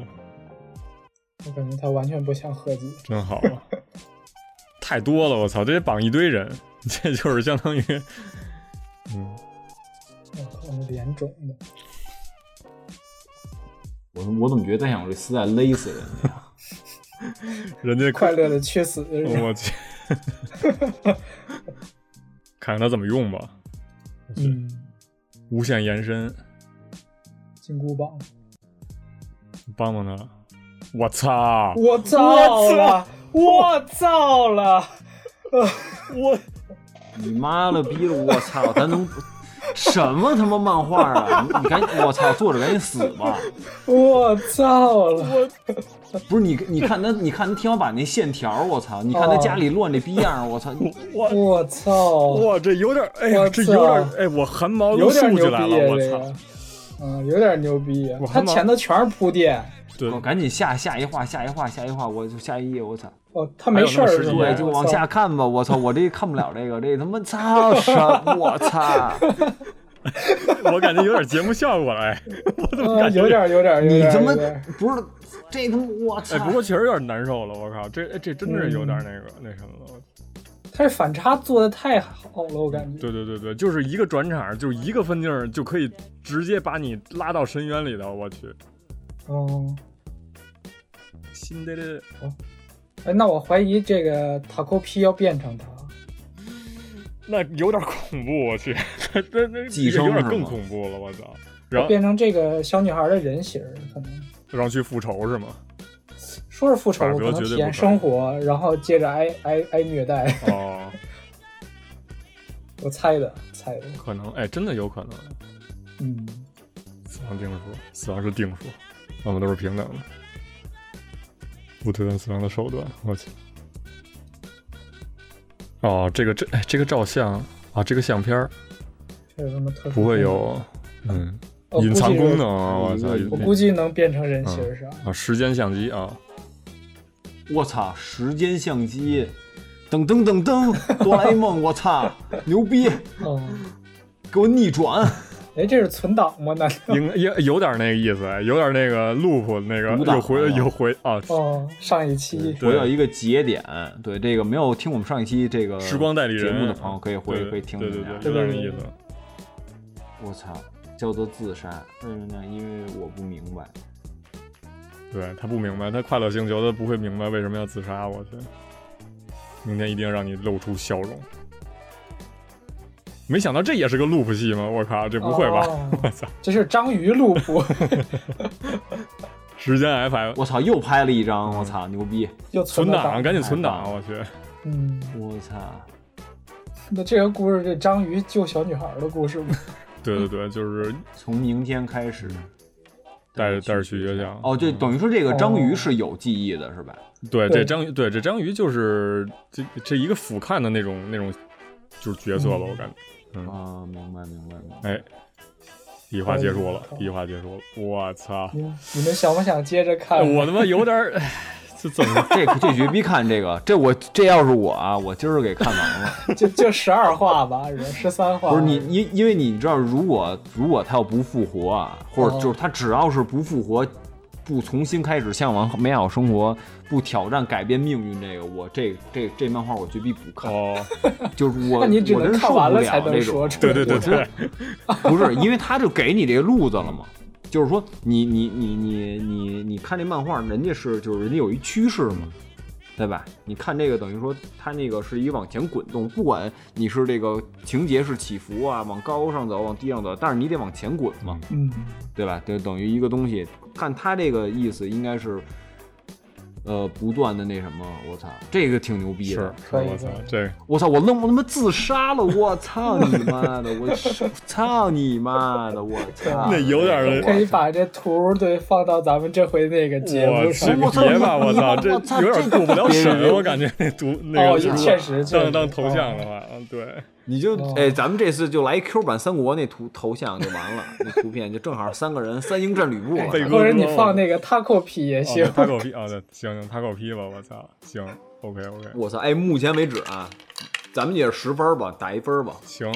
Speaker 5: 我感觉他完全不像合集。
Speaker 3: 真好
Speaker 5: [LAUGHS]
Speaker 3: 啊！太多了，我操，这得绑一堆人，这就是相当于，嗯。
Speaker 5: 我靠，嗯那脸肿的，
Speaker 4: 我我怎么觉得在想我这丝带勒死人家？
Speaker 3: 人家
Speaker 5: 快乐的缺死的人。
Speaker 3: 我
Speaker 5: [LAUGHS]
Speaker 3: 去，看看他怎么用吧。
Speaker 5: 嗯，
Speaker 3: 无限延伸，
Speaker 5: 金箍棒。
Speaker 3: 帮帮他。我操！
Speaker 5: 我操了！我操了！
Speaker 3: 我
Speaker 4: [LAUGHS] 你妈了逼了！我操，咱能 [LAUGHS] 什么他妈漫画啊？你你赶紧，我操，作者赶紧死 [LAUGHS] 吧！
Speaker 5: 我操了！
Speaker 4: 不是你，你看他，你看他天花板那线条，我操！你
Speaker 5: 哦
Speaker 4: 看他家里乱这逼样， [LAUGHS] 我操！
Speaker 3: 我
Speaker 5: 我操！
Speaker 3: 哇，这有点，哎呀，
Speaker 5: 我
Speaker 3: 这
Speaker 5: 操
Speaker 3: 有点，哎，我汗毛都
Speaker 5: 有
Speaker 3: 竖
Speaker 5: 点
Speaker 3: 起
Speaker 5: 牛逼
Speaker 3: 来
Speaker 5: 啊！
Speaker 3: 了。我
Speaker 5: 这
Speaker 3: 操
Speaker 5: 个！，嗯，有点牛逼啊
Speaker 3: 我！还
Speaker 5: 他
Speaker 3: 忙
Speaker 5: 前头全是铺垫。
Speaker 3: 对
Speaker 4: 我，赶紧下下一画，下一画，下一画，我就下一页，我操！
Speaker 5: 哦，他没事儿是吧
Speaker 4: 对，？就往下看吧，我操！我这看不了这个，这他妈
Speaker 3: [LAUGHS]
Speaker 4: 操什么？我操！
Speaker 3: 我感觉有点节目效果了。哎，
Speaker 5: [LAUGHS] 我
Speaker 3: [LAUGHS]
Speaker 5: 操，嗯有点有点有
Speaker 4: 你
Speaker 5: 点。
Speaker 4: 他妈
Speaker 5: 有点
Speaker 4: 不是这他妈我操
Speaker 3: 哎，！不过确实有点难受了。我靠，这哎这真是有
Speaker 5: 嗯
Speaker 3: 点那个那什么了。
Speaker 5: 他这反差做的太好了，我感觉。
Speaker 3: 对对对对，就是一个转场，就是一个分镜儿就可以直接把你拉到深渊里头。我去，
Speaker 5: 嗯，
Speaker 3: 心得得。
Speaker 5: 哎，那我怀疑这个塔扣 P 要变成他。
Speaker 3: 那有点恐怖，我去， [LAUGHS] 那那
Speaker 4: 寄
Speaker 3: 这个有
Speaker 4: 生
Speaker 3: 点
Speaker 4: 是
Speaker 3: 更
Speaker 4: 吗
Speaker 3: 恐怖了，我操！然后
Speaker 5: 变成这个小女孩的人形儿，可能
Speaker 3: 然后去复仇是吗？
Speaker 5: 说是复仇，
Speaker 3: 法则
Speaker 5: 可能
Speaker 3: 绝对
Speaker 5: 体
Speaker 3: 不
Speaker 5: 验
Speaker 3: 可以
Speaker 5: 生活，然后接着挨挨挨虐待。
Speaker 3: 哦，
Speaker 5: 我猜的，猜的，
Speaker 3: 可能哎，真的有可能，
Speaker 5: 嗯，
Speaker 3: 死亡定数，死亡是定数，我们都是平等的，不推断死亡的手段。我去，哦，这个这哎，这个照相啊，这个相片儿
Speaker 5: 这有什么特殊？
Speaker 3: 不会，有嗯
Speaker 5: 我
Speaker 3: 隐
Speaker 5: 哦估
Speaker 3: 藏
Speaker 5: 计嗯
Speaker 3: 功能啊！我操，
Speaker 5: 我估计能变成人形
Speaker 3: 嗯
Speaker 5: 啥？
Speaker 3: 啊，时间相机
Speaker 5: [LAUGHS]
Speaker 3: 啊，
Speaker 4: 我操，时间相机，噔噔噔噔，哆啦 A 梦，我操，牛逼，
Speaker 5: 嗯，
Speaker 4: 给我逆转，
Speaker 5: 哎，这是存档吗？难道？
Speaker 3: 应应有点那个意思，啊有点那个 loop 那个
Speaker 4: 鼓掌
Speaker 3: 有回
Speaker 4: 啊
Speaker 3: 有回啊，
Speaker 5: 哦，上一期
Speaker 3: 对
Speaker 4: 我有一个节点。对这个没有听我们上一期这个
Speaker 3: 时光代理人
Speaker 4: 节目的朋友可以回
Speaker 3: 对
Speaker 4: 回听
Speaker 3: 对
Speaker 4: 一
Speaker 3: 对对，
Speaker 4: 下。
Speaker 3: 有点那意思。
Speaker 4: 我操，叫做自杀，为什么呢？因为我不明白。
Speaker 3: 对他不明白，他快乐星球他不会明白为什么要自杀。我去，明天一定让你露出笑容。没想到这也是个 loop 戏吗？我靠，这不会吧？
Speaker 5: 哦
Speaker 3: 我操，
Speaker 5: 这是章鱼路
Speaker 3: [LAUGHS]
Speaker 5: 谱
Speaker 3: 时间 FM
Speaker 4: 我操，又拍了一张，
Speaker 3: 嗯
Speaker 4: 我操，牛逼！
Speaker 5: 又
Speaker 3: 存
Speaker 5: 了
Speaker 3: 档，
Speaker 5: 档，
Speaker 3: 赶紧存
Speaker 4: 太
Speaker 3: 档！啊
Speaker 4: 棒
Speaker 3: 我去，
Speaker 5: 嗯，
Speaker 4: 我操，
Speaker 5: 那这个故事，这章鱼救小女孩的故事吗？
Speaker 3: 对对对，
Speaker 4: [LAUGHS]
Speaker 3: 就是
Speaker 4: 从明天开始。
Speaker 3: 带着带着去学校。
Speaker 4: 哦，这等于说这个章鱼是有记忆的，是吧？
Speaker 3: 对，
Speaker 5: 对
Speaker 3: 这章鱼，对这章鱼就是这这一个俯瞰的那种那种就是角色吧，我
Speaker 5: 嗯
Speaker 3: 感觉。
Speaker 4: 啊，明白明白明白。
Speaker 3: 哎，第一话结束了，
Speaker 5: 嗯
Speaker 3: 第一话结束了，我操！
Speaker 5: 你你们想不想接着看？
Speaker 3: 我他妈有点儿，哎这怎么？
Speaker 4: 这这绝逼看这个，这我这要是我啊，我今儿给看完
Speaker 5: [LAUGHS]
Speaker 4: 了。
Speaker 5: 就就十二话吧，十三话。
Speaker 4: 不是你，因因为你知道，如果如果他要不复活啊，或者
Speaker 5: 哦
Speaker 4: 就是他只要是不复活，不重新开始向往美好生活，不挑战改变命运，这个我这这这漫画我绝逼不
Speaker 5: 嗯
Speaker 4: 看。
Speaker 3: 哦，
Speaker 4: 就是我，
Speaker 5: 那你只
Speaker 4: 我真
Speaker 5: 能
Speaker 4: 是
Speaker 5: 看
Speaker 4: 受
Speaker 5: 完
Speaker 4: 不
Speaker 5: 了才
Speaker 4: 了
Speaker 5: 能
Speaker 4: 这
Speaker 5: 说
Speaker 4: 种。
Speaker 5: 出
Speaker 3: 对对
Speaker 5: 来。
Speaker 3: 对
Speaker 4: 我
Speaker 3: 对
Speaker 4: 真， [LAUGHS] 不是，因为他就给你这个路子了嘛。就是说你，你你你你你看这漫画，人家是就是人家有一趋势嘛，对吧？你看这个等于说它那个是一往前滚动，不管你是这个情节是起伏啊，往高上走，往低上走，但是你得往前滚嘛，
Speaker 5: 嗯，
Speaker 4: 对吧？就等于一个东西，看他这个意思应该是，呃，不断的那什么，我操，这个挺牛逼
Speaker 3: 是
Speaker 4: 的，，
Speaker 5: 可以
Speaker 3: 我操
Speaker 5: 可，以
Speaker 3: 这个
Speaker 4: 我操！我愣我他妈自杀了！我操你妈的！我操你妈的！我操！
Speaker 3: 那有点儿
Speaker 5: 可以把这图对放到咱们这回那个节目
Speaker 3: 我去
Speaker 5: 上。
Speaker 3: 别吧，我
Speaker 5: [LAUGHS]
Speaker 3: 操，这
Speaker 4: 我操
Speaker 3: 有点
Speaker 4: 这
Speaker 3: 过不了审，
Speaker 4: 别
Speaker 3: 我感觉那读那
Speaker 5: 哦，
Speaker 3: 个
Speaker 5: 也
Speaker 3: 就是
Speaker 5: 确实确实啊
Speaker 3: 当当头像的话，嗯，对，
Speaker 4: 你就
Speaker 5: 哦
Speaker 4: 哎，咱们这次就来 Q 版三国那图头像就完了，那图片就正好三个人三英战吕布
Speaker 3: [LAUGHS] 被
Speaker 4: 了。
Speaker 5: 或者你放那个 taco 皮也行
Speaker 3: 哦，他狗屁啊，对，行行，他狗屁吧，我操，行，OK OK，
Speaker 4: 我操！哎，目前为止啊，咱们也是十分吧，打一分吧。
Speaker 3: 行，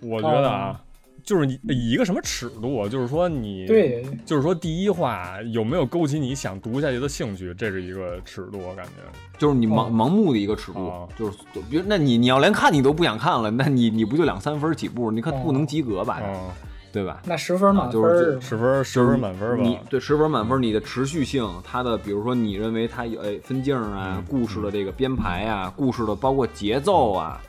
Speaker 3: 我觉得啊，就是你以一个什么尺度，啊就是说你
Speaker 5: 对，
Speaker 3: 就是说第一话有没有勾起你想读下去的兴趣，这是一个尺度，我感觉
Speaker 4: 就是你盲
Speaker 5: 哦
Speaker 4: 盲目的一个尺度
Speaker 3: 哦，
Speaker 4: 就是比如那你你要连看你都不想看了，那你你不就两三分起步？你看
Speaker 5: 哦
Speaker 4: 不能及格吧？
Speaker 3: 啊，
Speaker 4: 对吧？
Speaker 5: 那十分满分
Speaker 4: 就是
Speaker 5: 儿
Speaker 4: 这
Speaker 3: 十分十分满分
Speaker 4: 你
Speaker 3: 吧，
Speaker 4: 对十分满分，你的持续性，它的比如说你认为它有哎分镜啊、
Speaker 3: 嗯
Speaker 4: 故事的这个编排啊、故事的包括节奏啊，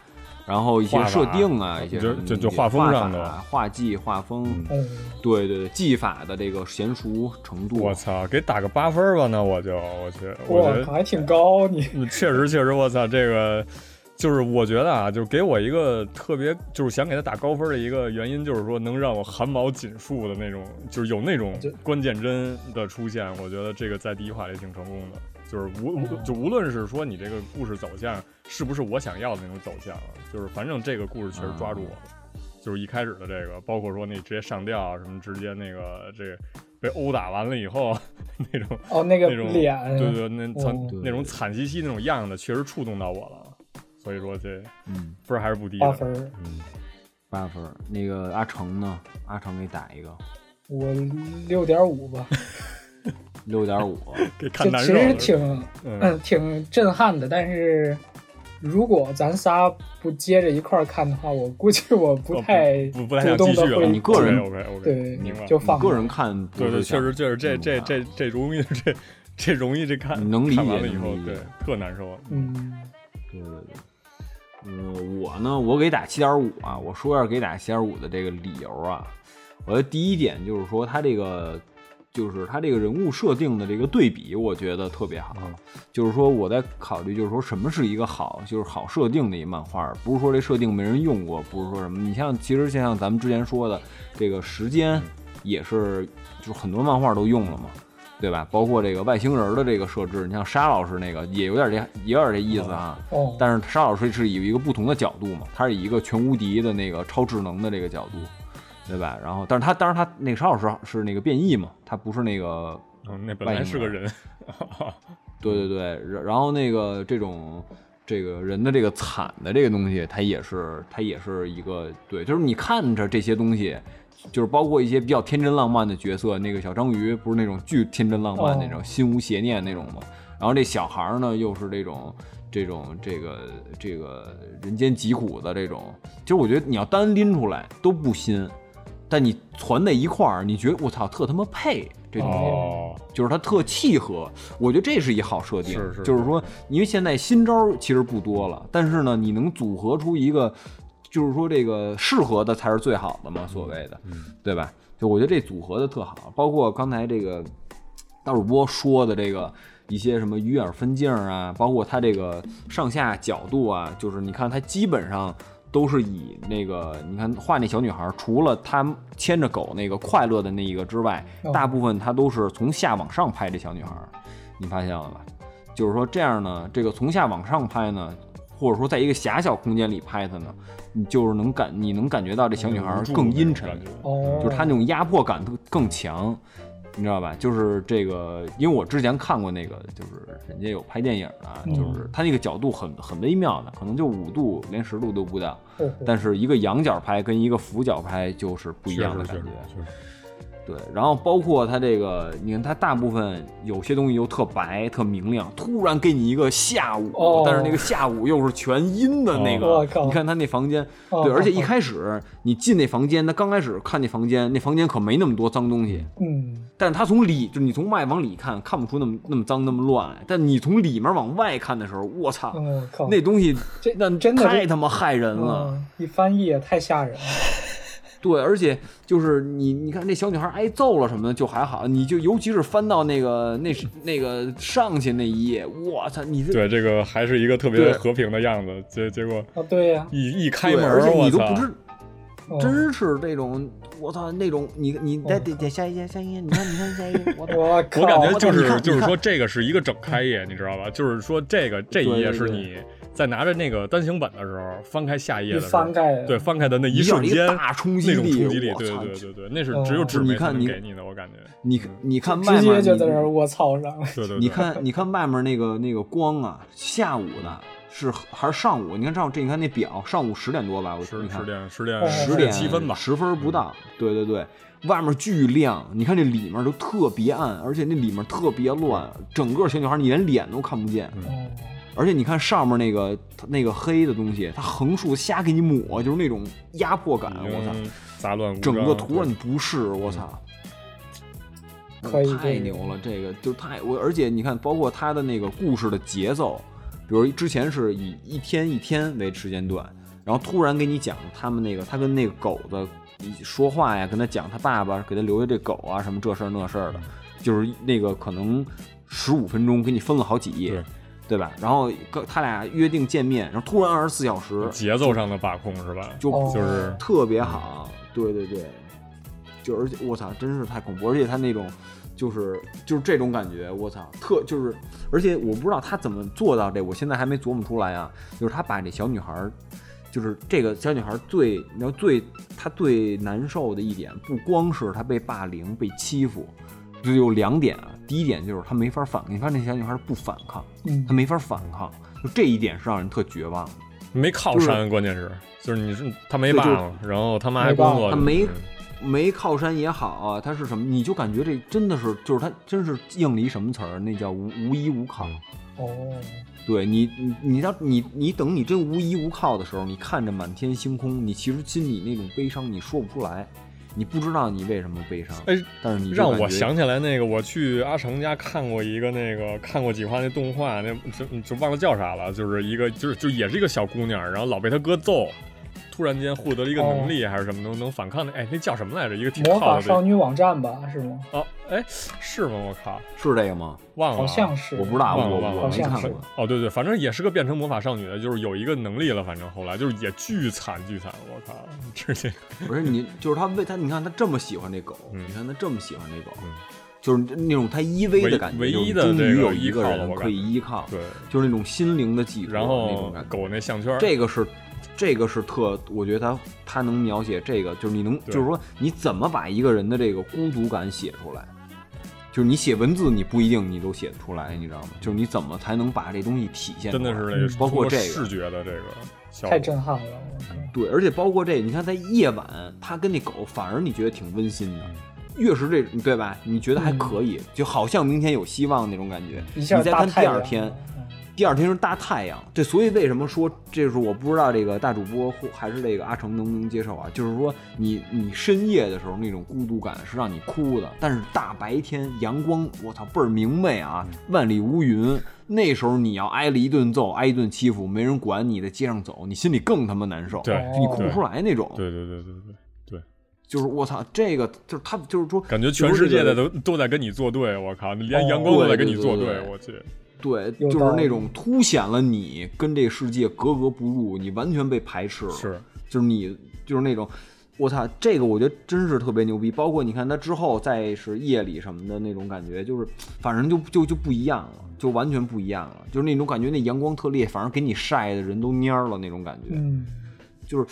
Speaker 4: 然后一些
Speaker 3: 画法
Speaker 4: 设定啊，一些
Speaker 3: 就
Speaker 4: 什么
Speaker 3: 就
Speaker 4: 东西
Speaker 3: 就画风上的
Speaker 4: 画法啊画技、画风，
Speaker 5: 嗯，
Speaker 4: 对对对，技法的这个娴熟程度。
Speaker 3: 我操，给打个八分吧，那我就我去，我觉
Speaker 5: 我
Speaker 3: 得
Speaker 5: 靠，还挺高你。
Speaker 3: [LAUGHS] 嗯确实，确实，我操，这个就是我觉得啊，就是给我一个特别，就是想给他打高分的一个原因，就是说能让我汗毛紧竖的那种，就是有那种关键帧的出现，我觉得这个在第一话里挺成功的。就是无无就无论是说你这个故事走向是不是我想要的那种走向啊，就是反正这个故事确实抓住我了。就是一开始的这个，包括说你直接上吊啊什么，直接那个这个被殴打完了以后 [LAUGHS] 那种
Speaker 5: 哦，那个
Speaker 3: 那种
Speaker 5: 脸，
Speaker 3: 对对，那惨、
Speaker 5: 哦
Speaker 3: 那种惨兮兮那种样子，确实触动到我了。所以说这
Speaker 4: 嗯，
Speaker 3: 分儿还是不低
Speaker 5: 八
Speaker 3: 的。
Speaker 5: 分儿。
Speaker 4: 八分。那个阿成呢？阿成给打一个
Speaker 3: 嗯
Speaker 5: 我六点五
Speaker 3: [LAUGHS]
Speaker 5: 吧，
Speaker 4: 六点五。
Speaker 3: 给看
Speaker 5: 这
Speaker 3: 难
Speaker 5: 其
Speaker 3: 受
Speaker 5: 实
Speaker 3: 了。
Speaker 5: 挺
Speaker 3: 嗯，
Speaker 5: 嗯挺震撼的，但是如果咱仨不接着一块儿看的话，我估计我不太
Speaker 3: 哦不不太
Speaker 5: 主
Speaker 3: 想
Speaker 5: 动
Speaker 3: 继
Speaker 5: 的
Speaker 3: 续了。
Speaker 5: 会
Speaker 4: 你个人
Speaker 3: OK OK，
Speaker 5: 对
Speaker 3: 明白。
Speaker 5: 就放
Speaker 4: 你个人看不
Speaker 3: 对
Speaker 4: 是
Speaker 3: 对，确
Speaker 4: 想嗯啊
Speaker 3: 实确实这这这这容易这这容易这看
Speaker 4: 能理解
Speaker 3: 看完了以后
Speaker 4: 能理
Speaker 3: 对
Speaker 4: 解
Speaker 3: 特难受。
Speaker 5: 嗯
Speaker 4: 对对对，嗯，我呢，我给打七点五啊。我说要给打七点五的这个理由啊，我觉得第一点就是说，它这个就是他这个人物设定的这个对比，我觉得特别好。
Speaker 3: 嗯
Speaker 4: 就是说我在考虑，就是说什么是一个好，就是好设定的一漫画，不是说这设定没人用过，不是说什么。你像其实就像咱们之前说的，这个时间也是，就是很多漫画都用了嘛。对吧？包括这个外星人的这个设置，你像沙老师那个也有点这，也有点这意思啊。
Speaker 5: 哦，
Speaker 4: 但是沙老师是以一个不同的角度嘛，他是以一个全无敌的那个超智能的这个角度，对吧？然后，但是他当然他那个沙老师是那个变异嘛，他不是那个，
Speaker 3: 嗯，那本来是个
Speaker 5: [LAUGHS]
Speaker 3: 人，
Speaker 5: 哦
Speaker 4: 对对对。然然后那个这种这个人的这个惨的这个东西，它也是它也是一个对，就是你看着这些东西。就是包括一些比较天真浪漫的角色，那个小章鱼不是那种巨天真浪漫那种、
Speaker 5: 哦
Speaker 4: 心无邪念那种嘛。然后这小孩儿呢，又是这种这种这个这个人间疾苦的这种，其实我觉得你要单拎出来都不新，但你攒在一块儿，你觉得我操特他妈配这东西。
Speaker 3: 哦，
Speaker 4: 就是它特契合，我觉得这是一好设定。
Speaker 3: 是是
Speaker 4: 就是说，因为现在新招儿其实不多了，但是呢，你能组合出一个，就是说这个适合的才是最好的嘛，所谓的，
Speaker 3: 嗯
Speaker 4: 对吧？就我觉得这组合的特好，包括刚才这个大主播说的这个一些什么鱼眼分镜啊，包括它这个上下角度啊，就是你看它基本上。都是以那个，你看画那小女孩，除了她牵着狗那个快乐的那一个之外，
Speaker 5: 哦
Speaker 4: 大部分她都是从下往上拍这小女孩，你发现了吧？就是说这样呢，这个从下往上拍呢，或者说在一个狭小空间里拍它呢，你就是能感你能感觉到这小女孩更阴沉，
Speaker 5: 哦，
Speaker 4: 就是她
Speaker 3: 嗯
Speaker 4: 那种压迫感更更强，你知道吧？就是这个，因为我之前看过那个，就是人家有拍电影的啊，
Speaker 5: 嗯
Speaker 4: 就是她那个角度很很微妙的，可能就五度连十度都不到，
Speaker 5: 哦
Speaker 4: 但是一个仰角拍跟一个俯角拍就是不
Speaker 3: 不
Speaker 4: 一样的感
Speaker 3: 确
Speaker 4: 觉
Speaker 3: 实。确实
Speaker 4: 对，然后包括它这个，你看它大部分有些东西又特白、特明亮，突然给你一个下午，
Speaker 5: 哦
Speaker 4: 但是那个下午又是全阴的那个。
Speaker 5: 哦我靠
Speaker 4: 你看他那房间，
Speaker 5: 哦
Speaker 4: 对，
Speaker 5: 哦
Speaker 4: 而且一开始你进那房间，他刚开始看那房间，那房间可没那么多脏东西，
Speaker 5: 嗯，
Speaker 4: 但是他从里，就是你从外往里看，看不出那么那么脏、那么乱来。但你从里面往外看的时候，我操，
Speaker 5: 嗯我靠，
Speaker 4: 那东西
Speaker 5: 这
Speaker 4: 那
Speaker 5: 真的是
Speaker 4: 太他妈害人了。
Speaker 5: 嗯，一翻译也太吓人了。
Speaker 4: 对，而且就是你，你看那小女孩挨揍了什么的就还好，你就尤其是翻到那个那是那个上去那一页，我操，你这
Speaker 3: 对这个还是一个特别
Speaker 4: 对
Speaker 3: 和平的样子，结结果
Speaker 5: 啊，对呀、
Speaker 3: 一一开
Speaker 4: 对
Speaker 3: 门，
Speaker 4: 而且你都
Speaker 3: 我
Speaker 4: 不
Speaker 3: 操
Speaker 4: 知，
Speaker 5: 哦
Speaker 4: 真是这种，我操那种，你你再
Speaker 5: 哦
Speaker 4: 点点下一页下一页，你看你看下一
Speaker 5: [LAUGHS]
Speaker 4: 页，我操，
Speaker 5: 我靠，
Speaker 3: 我感觉就
Speaker 4: 你
Speaker 3: 是
Speaker 4: 看
Speaker 3: 就是
Speaker 4: 你看
Speaker 3: 说这个是一个整开页，你知道吧？就是说这个这一页是
Speaker 4: 对对对
Speaker 3: 你在拿着那个单行本的时候翻开下一页
Speaker 5: 一
Speaker 3: 的时候
Speaker 5: 翻，盖，
Speaker 3: 对，翻开的那
Speaker 4: 一下
Speaker 3: 瞬
Speaker 4: 一个
Speaker 3: 间
Speaker 4: 大冲击
Speaker 3: 那种
Speaker 4: 力
Speaker 3: 冲击力，
Speaker 4: 我
Speaker 3: 对
Speaker 4: 操
Speaker 3: 对对对，那是
Speaker 5: 哦
Speaker 3: 只有纸媒
Speaker 4: 你
Speaker 3: 才
Speaker 4: 看
Speaker 3: 能
Speaker 4: 你
Speaker 3: 给你的，我感觉。
Speaker 4: 你你看外
Speaker 5: 直
Speaker 4: 面
Speaker 5: 接就在那
Speaker 4: 你
Speaker 5: 儿我操上了。
Speaker 3: 对对，对
Speaker 4: 你，看，你看外面那个那个光啊，下午的是还是上午？你看上午这，你看那表，上午十点多吧，我
Speaker 3: 十
Speaker 4: 你看
Speaker 3: 十点十点
Speaker 5: 哦
Speaker 4: 十点
Speaker 3: 七分吧，
Speaker 4: 十分不到。对对对，外面巨亮，你看这里面都特别暗，而且那里面特别乱，整个小女孩你连脸都看不见。
Speaker 5: 哦，
Speaker 4: 而且你看上面那个它那个黑的东西，它横竖瞎给你抹，就是那种压迫感。
Speaker 3: 已
Speaker 4: 我操，
Speaker 3: 经杂乱无章，
Speaker 4: 整个图
Speaker 3: 对
Speaker 4: 让你不适，我操！
Speaker 5: 可以
Speaker 4: 太牛了，这个就太我，而且你看，包括他的那个故事的节奏，比如之前是以一天一天为时间段，然后突然给你讲他们那个他跟那个狗的说话呀，跟他讲他爸爸给他留下这狗啊什么这事儿那事儿的，就是那个可能十五分钟给你分了好几页，
Speaker 3: 对
Speaker 4: 对吧？然后跟他俩约定见面，然后突然二十四小时
Speaker 3: 节奏上的把控是吧？
Speaker 4: 就嗯
Speaker 5: 哦
Speaker 3: 就是
Speaker 4: 特别好，对对对，就而且我操，真是太恐怖，而且他那种就是就是这种感觉，我操，特就是，而且我不知道他怎么做到这，我现在还没琢磨出来啊，就是他把这小女孩儿。就是这个小女孩儿最，你知道最她最难受的一点，不光是她被霸凌、被欺负，就有两点啊。第一点就是她没法反抗，你看那小女孩儿不反抗，
Speaker 5: 嗯
Speaker 4: 她，没法反抗，就这一点是让人特绝望的。
Speaker 3: 没靠山，关键是就是你是他没
Speaker 4: 对
Speaker 3: 爸
Speaker 4: 就是
Speaker 3: 嘛，然后他妈还
Speaker 5: 没
Speaker 3: 工
Speaker 5: 爸
Speaker 3: 作
Speaker 4: 他
Speaker 3: 着呢，
Speaker 4: 没
Speaker 3: 嗯
Speaker 4: 没靠山也好啊，他是什么？你就感觉这真的是，就是他真是应了一什么词儿，那叫无无依无靠。
Speaker 3: 嗯
Speaker 5: 哦，
Speaker 4: 对你，你你到你你等你真无依无靠的时候，你看着满天星空，你其实心里那种悲伤你说不出来，你不知道你为什么悲伤，
Speaker 3: 哎，
Speaker 4: 但是你就
Speaker 3: 让
Speaker 4: 感
Speaker 3: 我
Speaker 4: 觉
Speaker 3: 想起来那个，我去阿成家看过一个那个看过几话那动画，那就就忘了叫啥了，就是一个就是就也是一个小姑娘，然后老被她哥揍，突然间获得了一个
Speaker 4: 哦
Speaker 3: 能力，还是什么能能反抗的？哎，那叫什么来着？一个挺
Speaker 5: 魔
Speaker 3: 好
Speaker 5: 法
Speaker 3: 的这
Speaker 5: 少女网站吧，是吗？
Speaker 3: 哦，哎，是吗？我靠，
Speaker 4: 是这个吗？
Speaker 3: 忘了，啊
Speaker 5: 好像是，
Speaker 4: 啊我不知道，
Speaker 3: 忘了
Speaker 4: 我
Speaker 3: 忘了
Speaker 4: 我没看
Speaker 5: 好像是
Speaker 4: 过。
Speaker 3: 哦，对对，反正也是个变成魔法少女的，就是有一个能力了，反正后来就是也巨惨巨惨，我靠，直
Speaker 4: [LAUGHS]
Speaker 3: 接
Speaker 4: 不是你，就是他为他，你看他这么喜欢这狗，
Speaker 3: 嗯
Speaker 4: 你看他这么喜欢这狗
Speaker 3: 嗯，
Speaker 4: 就是那种他依偎的感觉，
Speaker 3: 唯唯一的
Speaker 4: 就是终
Speaker 3: 这
Speaker 4: 于
Speaker 3: 个
Speaker 4: 有一个
Speaker 3: 依靠了
Speaker 4: 人
Speaker 3: 我
Speaker 4: 可以依靠，
Speaker 3: 对，
Speaker 4: 就是那种心灵的寄托，
Speaker 3: 然
Speaker 4: 那
Speaker 3: 后
Speaker 4: 种感觉。
Speaker 3: 狗那项圈儿，
Speaker 4: 这个是，这个是特，我觉得他他能描写这个，就是你能，
Speaker 3: 对
Speaker 4: 就是说你怎么把一个人的这个孤独感写出来，就是你写文字你不一定你都写得出来，你知道吗？就是你怎么才能把这东西体现出
Speaker 3: 真
Speaker 4: 来？
Speaker 3: 的是那个
Speaker 4: 嗯包括
Speaker 3: 通过
Speaker 4: 这个
Speaker 3: 视觉的这个效果，
Speaker 5: 太震撼了。我靠
Speaker 4: 对，而且包括这，你看在夜晚，他跟那狗反而你觉得挺温馨
Speaker 3: 嗯
Speaker 4: 的。越是这对吧？你觉得还可以，就好像明天有希望那种感觉。
Speaker 5: 嗯一
Speaker 4: 你
Speaker 5: 下
Speaker 4: 再
Speaker 5: 大
Speaker 4: 看
Speaker 5: 太
Speaker 4: 第
Speaker 5: 阳，
Speaker 4: 二天，
Speaker 5: 嗯
Speaker 4: 第二天是大太阳，这所以为什么说这是我不知道这个大主播或还是这个阿成能不能接受啊？就是说你你深夜的时候那种孤独感是让你哭的，但是大白天阳光，我操倍儿明媚啊，
Speaker 3: 嗯
Speaker 4: 万里无云。那时候你要挨了一顿揍，挨一顿欺负，没人管你，在街上走，你心里更他妈难受，
Speaker 3: 对
Speaker 4: 就你哭不出来那种。
Speaker 3: 对对对对对，
Speaker 4: 就是我操，这个就是他就是说，
Speaker 3: 感觉全世界的都都在跟你作对，我靠，连
Speaker 4: 哦
Speaker 3: 阳光都在跟你作对，我去，
Speaker 4: 对，
Speaker 5: 有
Speaker 4: 就是
Speaker 5: 道理
Speaker 4: 那种凸显了你跟这个世界格格不入，你完全被排斥了。
Speaker 3: 是， [LAUGHS]
Speaker 4: 就是你就是那种，我操，这个我觉得真是特别牛逼。包括你看他之后再是夜里什么的那种感觉，就是反正就就就不一样了，就完全不一样了，就是那种感觉，那阳光特烈，反而给你晒的人都蔫儿了那种感觉。
Speaker 5: 嗯，
Speaker 4: 就是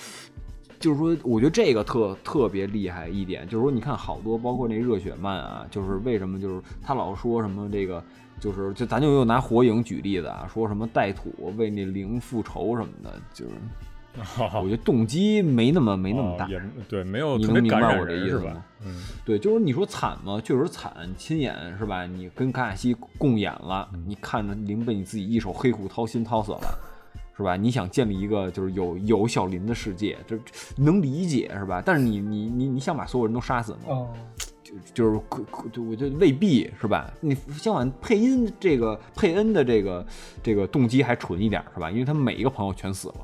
Speaker 4: 就是说，我觉得这个特特别厉害一点，就是说，你看好多包括那热血漫啊，就是为什么就是他老说什么这个。就是，就咱就又拿火影举例子啊，说什么带土为那灵复仇什么的，就是我觉得动机没那么没那么大
Speaker 3: 哦。也对，没有
Speaker 4: 你
Speaker 3: 特别
Speaker 4: 能明
Speaker 3: 感
Speaker 4: 白
Speaker 3: 染
Speaker 4: 我这
Speaker 3: 人
Speaker 4: 意
Speaker 3: 是
Speaker 4: 思
Speaker 3: 吧
Speaker 4: 吗？
Speaker 3: 嗯，
Speaker 4: 对，就是你说惨吗？确实惨，亲眼是吧？你跟卡卡西共演了，
Speaker 3: 嗯
Speaker 4: 你看着林被你自己一手黑虎掏心掏死了，是吧？你想建立一个就是有有小林的世界，这这能理解是吧？但是你你你你想把所有人都杀死吗？
Speaker 5: 哦，
Speaker 4: 就就是可可，就我觉得未必是吧？你相反配音这个佩恩的这个这个动机还纯一点是吧？因为他每一个朋友全死了。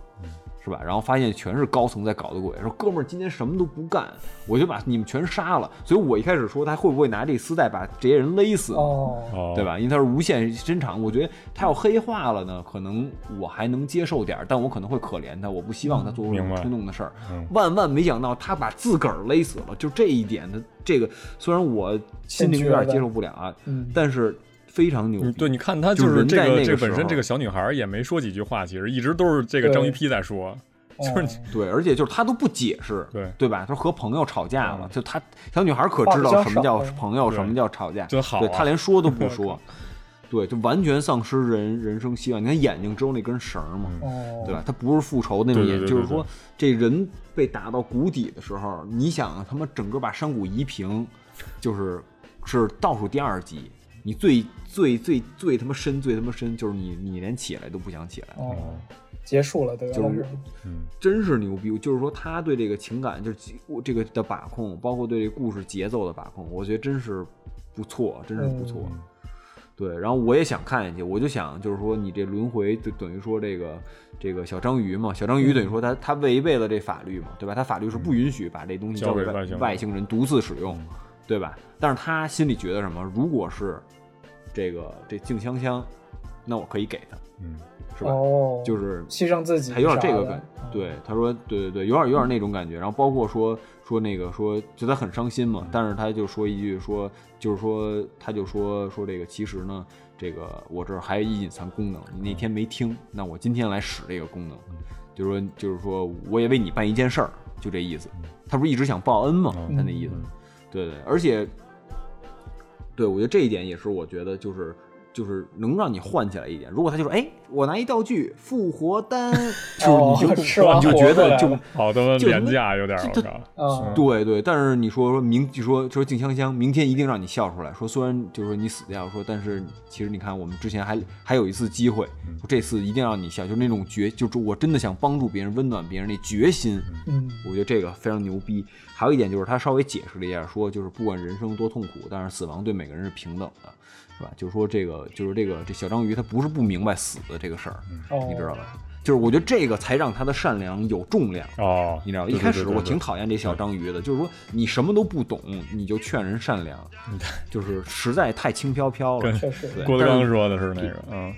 Speaker 4: 是吧？然后发现全是高层在搞的鬼，说哥们儿今天什么都不干，我就把你们全杀了。所以我一开始说他会不会拿这丝带把这些人勒死，
Speaker 5: 哦，
Speaker 3: 哦，
Speaker 4: 对？吧？因为他是无限伸长，我觉得他要黑化了呢，可能我还能接受点儿，但我可能会可怜他，我不希望他做出
Speaker 3: 明
Speaker 4: 什么
Speaker 3: 白
Speaker 4: 冲动的事儿。
Speaker 3: 嗯
Speaker 4: 万万没想到他把自个儿勒死了，就这一点的这个，虽然我心灵有点接受不了啊，
Speaker 5: 嗯
Speaker 4: 但是非常牛逼。
Speaker 3: 嗯对，你看他
Speaker 4: 就
Speaker 3: 就是
Speaker 4: 人
Speaker 3: 这
Speaker 4: 在
Speaker 3: 个
Speaker 4: 那个
Speaker 3: 这个
Speaker 4: 时
Speaker 3: 本身
Speaker 4: 候
Speaker 3: 这个小女孩也没说几句话，其实一直都是这个章鱼
Speaker 5: 对
Speaker 3: 批在说，
Speaker 5: 就是
Speaker 4: 对，而且就是他都不解释，
Speaker 3: 对
Speaker 4: 对吧？他说和朋友吵架了，
Speaker 3: 嗯
Speaker 4: 就他小女孩可
Speaker 5: 话
Speaker 4: 知
Speaker 5: 比较
Speaker 4: 道什么叫
Speaker 5: 少
Speaker 4: 朋友，
Speaker 3: 对
Speaker 4: 什么叫吵架，
Speaker 3: 真好
Speaker 4: 对
Speaker 3: 啊
Speaker 4: 他连说都
Speaker 3: [LAUGHS]
Speaker 4: 不说，对，就完全丧失人人生希望。你看眼睛只有那根绳儿
Speaker 3: 嗯
Speaker 4: 嘛，
Speaker 5: 哦，
Speaker 4: 对吧？他不是复仇那种
Speaker 3: 对对
Speaker 4: 眼，
Speaker 3: 对
Speaker 4: 就是
Speaker 3: 对
Speaker 4: 说这人被打到谷底的时候，你想啊他妈整个把山谷夷平，就是是倒数第二集，你最最最最他妈深最他妈深，就是你你连起来都不想起来。
Speaker 5: 哦，结束了，对吧？
Speaker 4: 就是真是牛逼！就是说他对这个情感，就是几我这个的把控，包括对这个故事节奏的把控，我觉得真是不错，真是不错。
Speaker 3: 嗯
Speaker 4: 对，然后我也想看下去，我就想就是说，你这轮回就等于说这个这个小章鱼嘛，小
Speaker 3: 嗯
Speaker 4: 章鱼等于说他他违背了这法律嘛，对吧？他法律是不允许把这东西
Speaker 3: 交
Speaker 4: 交
Speaker 3: 给
Speaker 4: 给
Speaker 3: 外
Speaker 4: 外
Speaker 3: 星人嗯
Speaker 4: 外星人独自使用，对吧？但是他心里觉得什么？如果是这个这静香香，那我可以给他，
Speaker 3: 嗯，
Speaker 4: 是吧？
Speaker 5: 哦，
Speaker 4: 就是
Speaker 5: 牺牲自己啥
Speaker 4: 还
Speaker 5: 的，
Speaker 4: 有点这个感，
Speaker 5: 嗯
Speaker 4: 对，他说，对对对，有点有点那种感觉。然后包括说说那个说，就他很伤心嘛，但是他就说一句说，就是说他就说说这个其实呢，这个我这儿还有一隐藏功能，你那天没听，那我今天来使这个功能，就是说就是说我也为你办一件事儿，就这意思。他不是一直想报恩吗？
Speaker 3: 嗯
Speaker 4: 他那意思，对对，而且对，我觉得这一点也是，我觉得就是就是能让你唤起来一点。如果他就说，哎，我拿一道具复活丹，
Speaker 5: 哦
Speaker 4: 就是你就
Speaker 5: [LAUGHS] 吃完
Speaker 4: 你就觉得
Speaker 5: 活
Speaker 4: 就
Speaker 5: 过来了
Speaker 3: 好的
Speaker 4: 就他
Speaker 3: 廉
Speaker 4: 妈
Speaker 3: 价有点儿，
Speaker 4: 这
Speaker 3: 我靠，
Speaker 5: 啊，
Speaker 4: 对对。但是你说说明，就说说静香香，明天一定让你笑出来。说虽然就是说你死掉，说但是其实你看，我们之前还还有一次机会，
Speaker 3: 嗯
Speaker 4: 说这次一定让你笑，就是那种决，就是我真的想帮助别人、温暖别人那决心。
Speaker 5: 嗯，
Speaker 4: 我觉得这个非常牛逼。还有一点就是他稍微解释了一下，说就是不管人生多痛苦，但是死亡对每个人是平等的，
Speaker 3: 嗯
Speaker 4: 是吧？就是说这个就是这个这小章鱼他不是不明白死的这个事儿，
Speaker 5: 哦
Speaker 4: 你知道吧？就是我觉得这个才让他的善良有重量。
Speaker 3: 哦，
Speaker 4: 你知道，
Speaker 3: 对
Speaker 4: 一开始
Speaker 3: 对对
Speaker 4: 我
Speaker 3: 对
Speaker 4: 挺讨厌这小章鱼的，就是说你什么都不懂，你就劝人善良，
Speaker 3: 嗯
Speaker 4: 就是实在太轻飘飘了。
Speaker 5: 确实，
Speaker 4: 对
Speaker 3: 郭德
Speaker 4: 但
Speaker 3: 纲
Speaker 4: 是
Speaker 3: 说的是那个，嗯，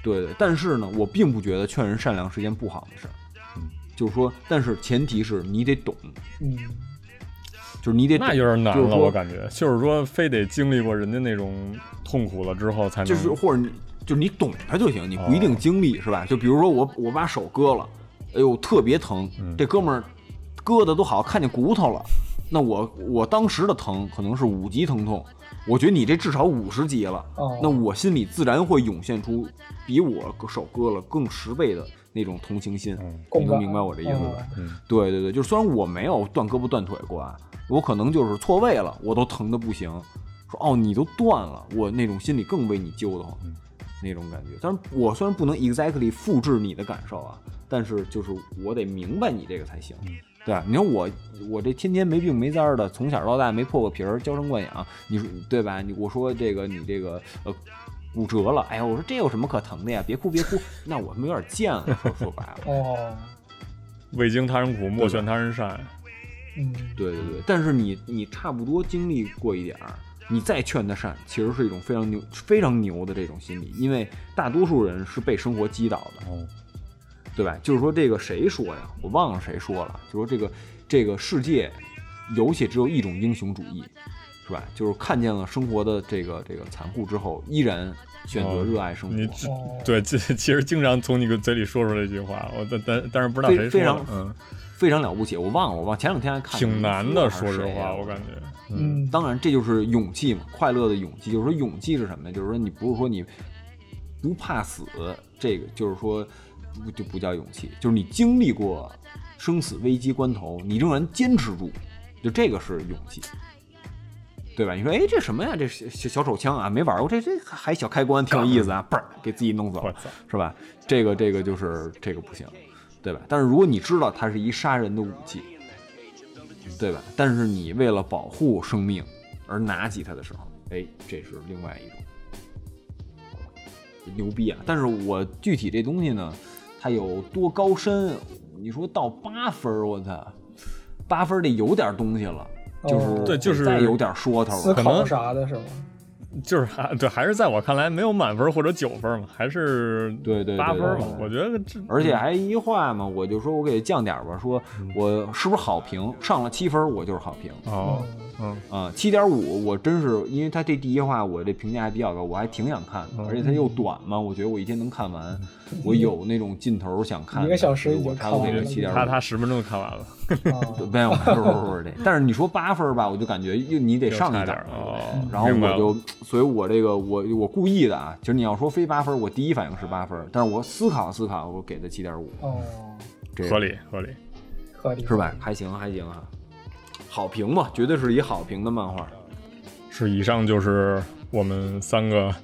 Speaker 4: 对对，但是呢，我并不觉得劝人善良是件不好的事儿。嗯，就是说，但是前提是你得懂，
Speaker 5: 嗯，
Speaker 4: 就是你得懂
Speaker 3: 那有点难
Speaker 4: 就是
Speaker 3: 了，
Speaker 4: 说
Speaker 3: 我感觉，就是说非得经历过人家那种痛苦了之后才能，
Speaker 4: 就是或者你就是你懂它就行，你不一定经历、是吧？就比如说我我把手割了，哎呦特别疼，这哥们儿割的都好看见骨头了，那我我当时的疼可能是五级疼痛，我觉得你这至少五十级了，
Speaker 5: 哦
Speaker 4: 那我心里自然会涌现出比我手割了更十倍的那种同情心，你
Speaker 5: 共
Speaker 4: 能
Speaker 5: 感，
Speaker 4: 明白我这意思吧？
Speaker 5: 嗯
Speaker 4: 对对对，就是虽然我没有断胳膊断腿过啊，我可能就是错位了，我都疼的不行。说哦，你都断了，我那种心里更为你揪得慌，那种感觉。但是我虽然不能 exactly 复制你的感受啊，但是就是我得明白你这个才行。对啊，你说我我这天天没病没灾儿的，从小到大没破过皮儿，娇生惯养，你说对吧？你我说这个你这个呃骨折了，哎呀，我说这有什么可疼的呀？别哭别哭， [LAUGHS] 那我他妈有点贱了，说说白了。
Speaker 5: 哦，
Speaker 3: 未经他人苦，莫
Speaker 4: 对
Speaker 3: 劝他人善。
Speaker 5: 嗯，
Speaker 4: 对对对，但是你你差不多经历过一点儿，你再劝他善，其实是一种非常牛、非常牛的这种心理，因为大多数人是被生活击倒的，
Speaker 3: 哦，
Speaker 4: 对吧？就是说这个谁说呀？我忘了谁说了，就说这个这个世界有且只有一种英雄主义，是吧？就是看见了生活的这个这个残酷之后，依然选择
Speaker 3: 哦
Speaker 4: 热爱生活。
Speaker 3: 你这
Speaker 5: 哦
Speaker 3: [LAUGHS] 对，这其实经常从你嘴里说出这句话，我但但但是不知道
Speaker 4: 非
Speaker 3: 谁说
Speaker 4: 非
Speaker 3: 的
Speaker 4: 常，
Speaker 3: 嗯，
Speaker 4: 非常了不起，我忘了，我忘前两天还看
Speaker 3: 挺难的，
Speaker 4: 说
Speaker 3: 说实话，我
Speaker 4: 觉。
Speaker 3: 感觉，
Speaker 5: 嗯，
Speaker 4: 当然，这就是勇气嘛，快乐的勇气。就是说，勇气是什么呢？就是说，你不是说你不怕死，这个就是说不就不叫勇气，就是你经历过生死危机关头，你仍然坚持住，就这个是勇气，对吧？你说，哎，这什么呀？这小小小手枪啊，没玩过，这这还小开关，挺 [LAUGHS] 有意思啊，嘣儿给自己弄走
Speaker 3: 我，操，
Speaker 4: 是吧？这个这个就是这个不行，对吧？但是如果你知道它是一杀人的武器，对吧？但是你为了保护生命而拿起它的时候，哎，这是另外一种牛逼啊！但是我具体这东西呢，它有多高深？你说到八分儿，我操，八分儿得有点东西了，就是
Speaker 5: 哦
Speaker 3: 对就是
Speaker 4: 再有点说头
Speaker 5: 思
Speaker 4: 了。
Speaker 5: 考啥的是吗？
Speaker 3: 就是还对，还是在我看来没有满分或者九分嘛，还是
Speaker 4: 对对对
Speaker 3: 八分嘛
Speaker 4: 对，对
Speaker 3: 我觉得这
Speaker 4: 而
Speaker 5: 嗯
Speaker 4: 且还一话嘛，我就说我给降点儿吧，说我是不是好评？上了七分儿，我就是好评
Speaker 3: 哦，嗯，
Speaker 4: 啊，七点五，我真是因为他这第一话我这评价还比较高，我还挺想看
Speaker 5: 哦
Speaker 4: 的，而且它又短嘛，我觉得我一天能看完，我有那种劲头儿想看
Speaker 5: 嗯
Speaker 4: 的。
Speaker 5: 一个小时
Speaker 4: 所以
Speaker 5: 你就
Speaker 4: 我
Speaker 5: 看
Speaker 4: 差不多
Speaker 5: 完
Speaker 4: 给
Speaker 5: 了
Speaker 4: 七点
Speaker 3: 他他十分钟就看完了，
Speaker 5: 啊，
Speaker 4: 没有，不是不是这，但是你说八分儿吧，我就感觉又你得
Speaker 3: 又
Speaker 4: 上
Speaker 3: 差点
Speaker 4: 一点
Speaker 3: 儿
Speaker 4: 儿，
Speaker 3: 哦，
Speaker 4: 然后
Speaker 3: 明白
Speaker 4: 我
Speaker 3: 了
Speaker 4: 就，所以我这个我我故意的啊，就是你要说非八分儿，我第一反应是八分儿，但是我思考思考，我给的七点五，
Speaker 5: 哦，
Speaker 4: 这个
Speaker 3: 合理合理，
Speaker 5: 合理
Speaker 4: 是吧？？还行还行啊，好评嘛，绝对是一好评的漫画。
Speaker 3: 是以上就是我们三个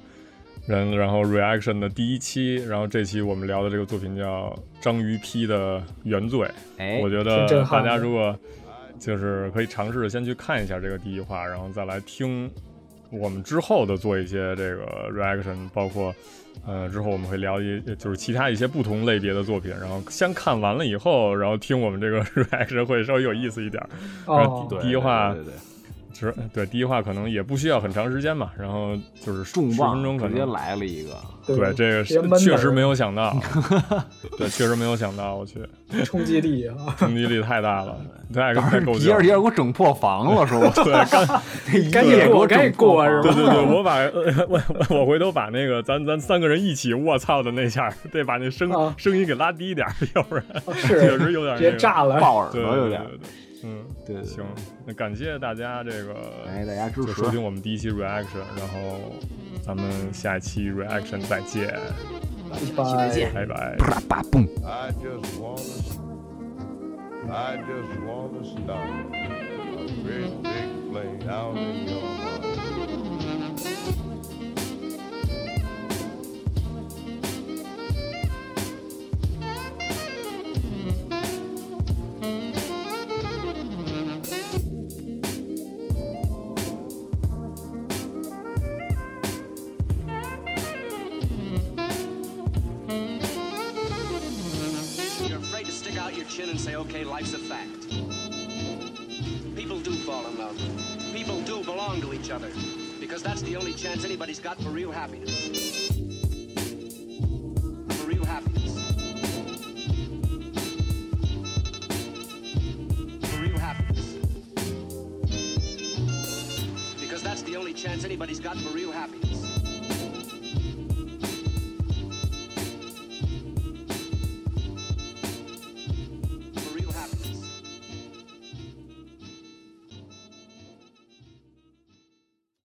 Speaker 3: 人，然后 reaction 的第一期，然后这期我们聊的这个作品叫《章鱼批的原罪》，
Speaker 4: 哎，
Speaker 3: 我觉得
Speaker 5: 挺震
Speaker 3: 大
Speaker 5: 撼的
Speaker 3: 家如果就是可以尝试先去看一下这个第一话，然后再来听我们之后的做一些这个 reaction，包括呃之后我们会聊一就是其他一些不同类别的作品，然后先看完了以后，然后听我们这个 [LAUGHS] reaction 会稍微有意思一点。
Speaker 5: 哦，
Speaker 3: 对
Speaker 4: 哎对
Speaker 3: 第一话
Speaker 4: 对对对对
Speaker 3: 其实对第一话可能也不需要很长时间嘛，然后就是十
Speaker 4: 重
Speaker 3: 十
Speaker 4: 磅
Speaker 3: 分钟可
Speaker 4: 直接
Speaker 3: 能。
Speaker 4: 来了一个，
Speaker 3: 对，这个
Speaker 5: 直接
Speaker 3: 是
Speaker 5: 闷
Speaker 3: 确
Speaker 5: 着
Speaker 3: 实没有想到，啊
Speaker 4: [LAUGHS]
Speaker 3: 对，确实没有想到，我去，
Speaker 5: 冲击
Speaker 3: [LAUGHS]
Speaker 5: 力啊，
Speaker 3: 冲击力太大
Speaker 4: [LAUGHS]
Speaker 3: 了， [LAUGHS] 太
Speaker 4: 当
Speaker 3: 太
Speaker 4: 时
Speaker 3: 够
Speaker 4: 迪
Speaker 3: 劲儿
Speaker 4: 尔迪尔给我整破防了，说
Speaker 3: [LAUGHS] 对，刚
Speaker 4: [LAUGHS]
Speaker 5: 赶紧
Speaker 4: 给
Speaker 5: 过，
Speaker 4: 我
Speaker 5: 赶紧
Speaker 4: 整
Speaker 5: 过是
Speaker 3: 对
Speaker 5: 吧？
Speaker 3: 对
Speaker 5: [LAUGHS]
Speaker 3: 对，我把呃我我我回头把那个咱咱三个人一起，我操的那下儿，得把那声、
Speaker 5: 啊哦
Speaker 3: 声音给拉低一点儿，要
Speaker 5: [LAUGHS]
Speaker 3: 不然确
Speaker 5: 是，
Speaker 3: 实有点、
Speaker 5: 直
Speaker 3: 那个、
Speaker 5: 接炸了，
Speaker 4: 爆耳
Speaker 3: 对，
Speaker 4: 朵
Speaker 3: 对
Speaker 4: 有点儿。
Speaker 3: 对对对嗯，
Speaker 4: 对，对
Speaker 3: 行，，那感谢大家这个
Speaker 4: 哎，大家支
Speaker 3: 就
Speaker 4: 持
Speaker 3: 收，听我们第一期 reaction，然后咱们下一期 reaction 再见，
Speaker 5: 拜。
Speaker 3: 拜拜。
Speaker 4: 啪啪嘣。
Speaker 1: I just wanna, I just wanna stop a great big plane out in your heart.
Speaker 6: say, okay, life's a fact. People do fall in love. People do belong to each other. Because that's the only chance anybody's got for real happiness. For real happiness. For real happiness. Because that's the only chance anybody's got for real happiness.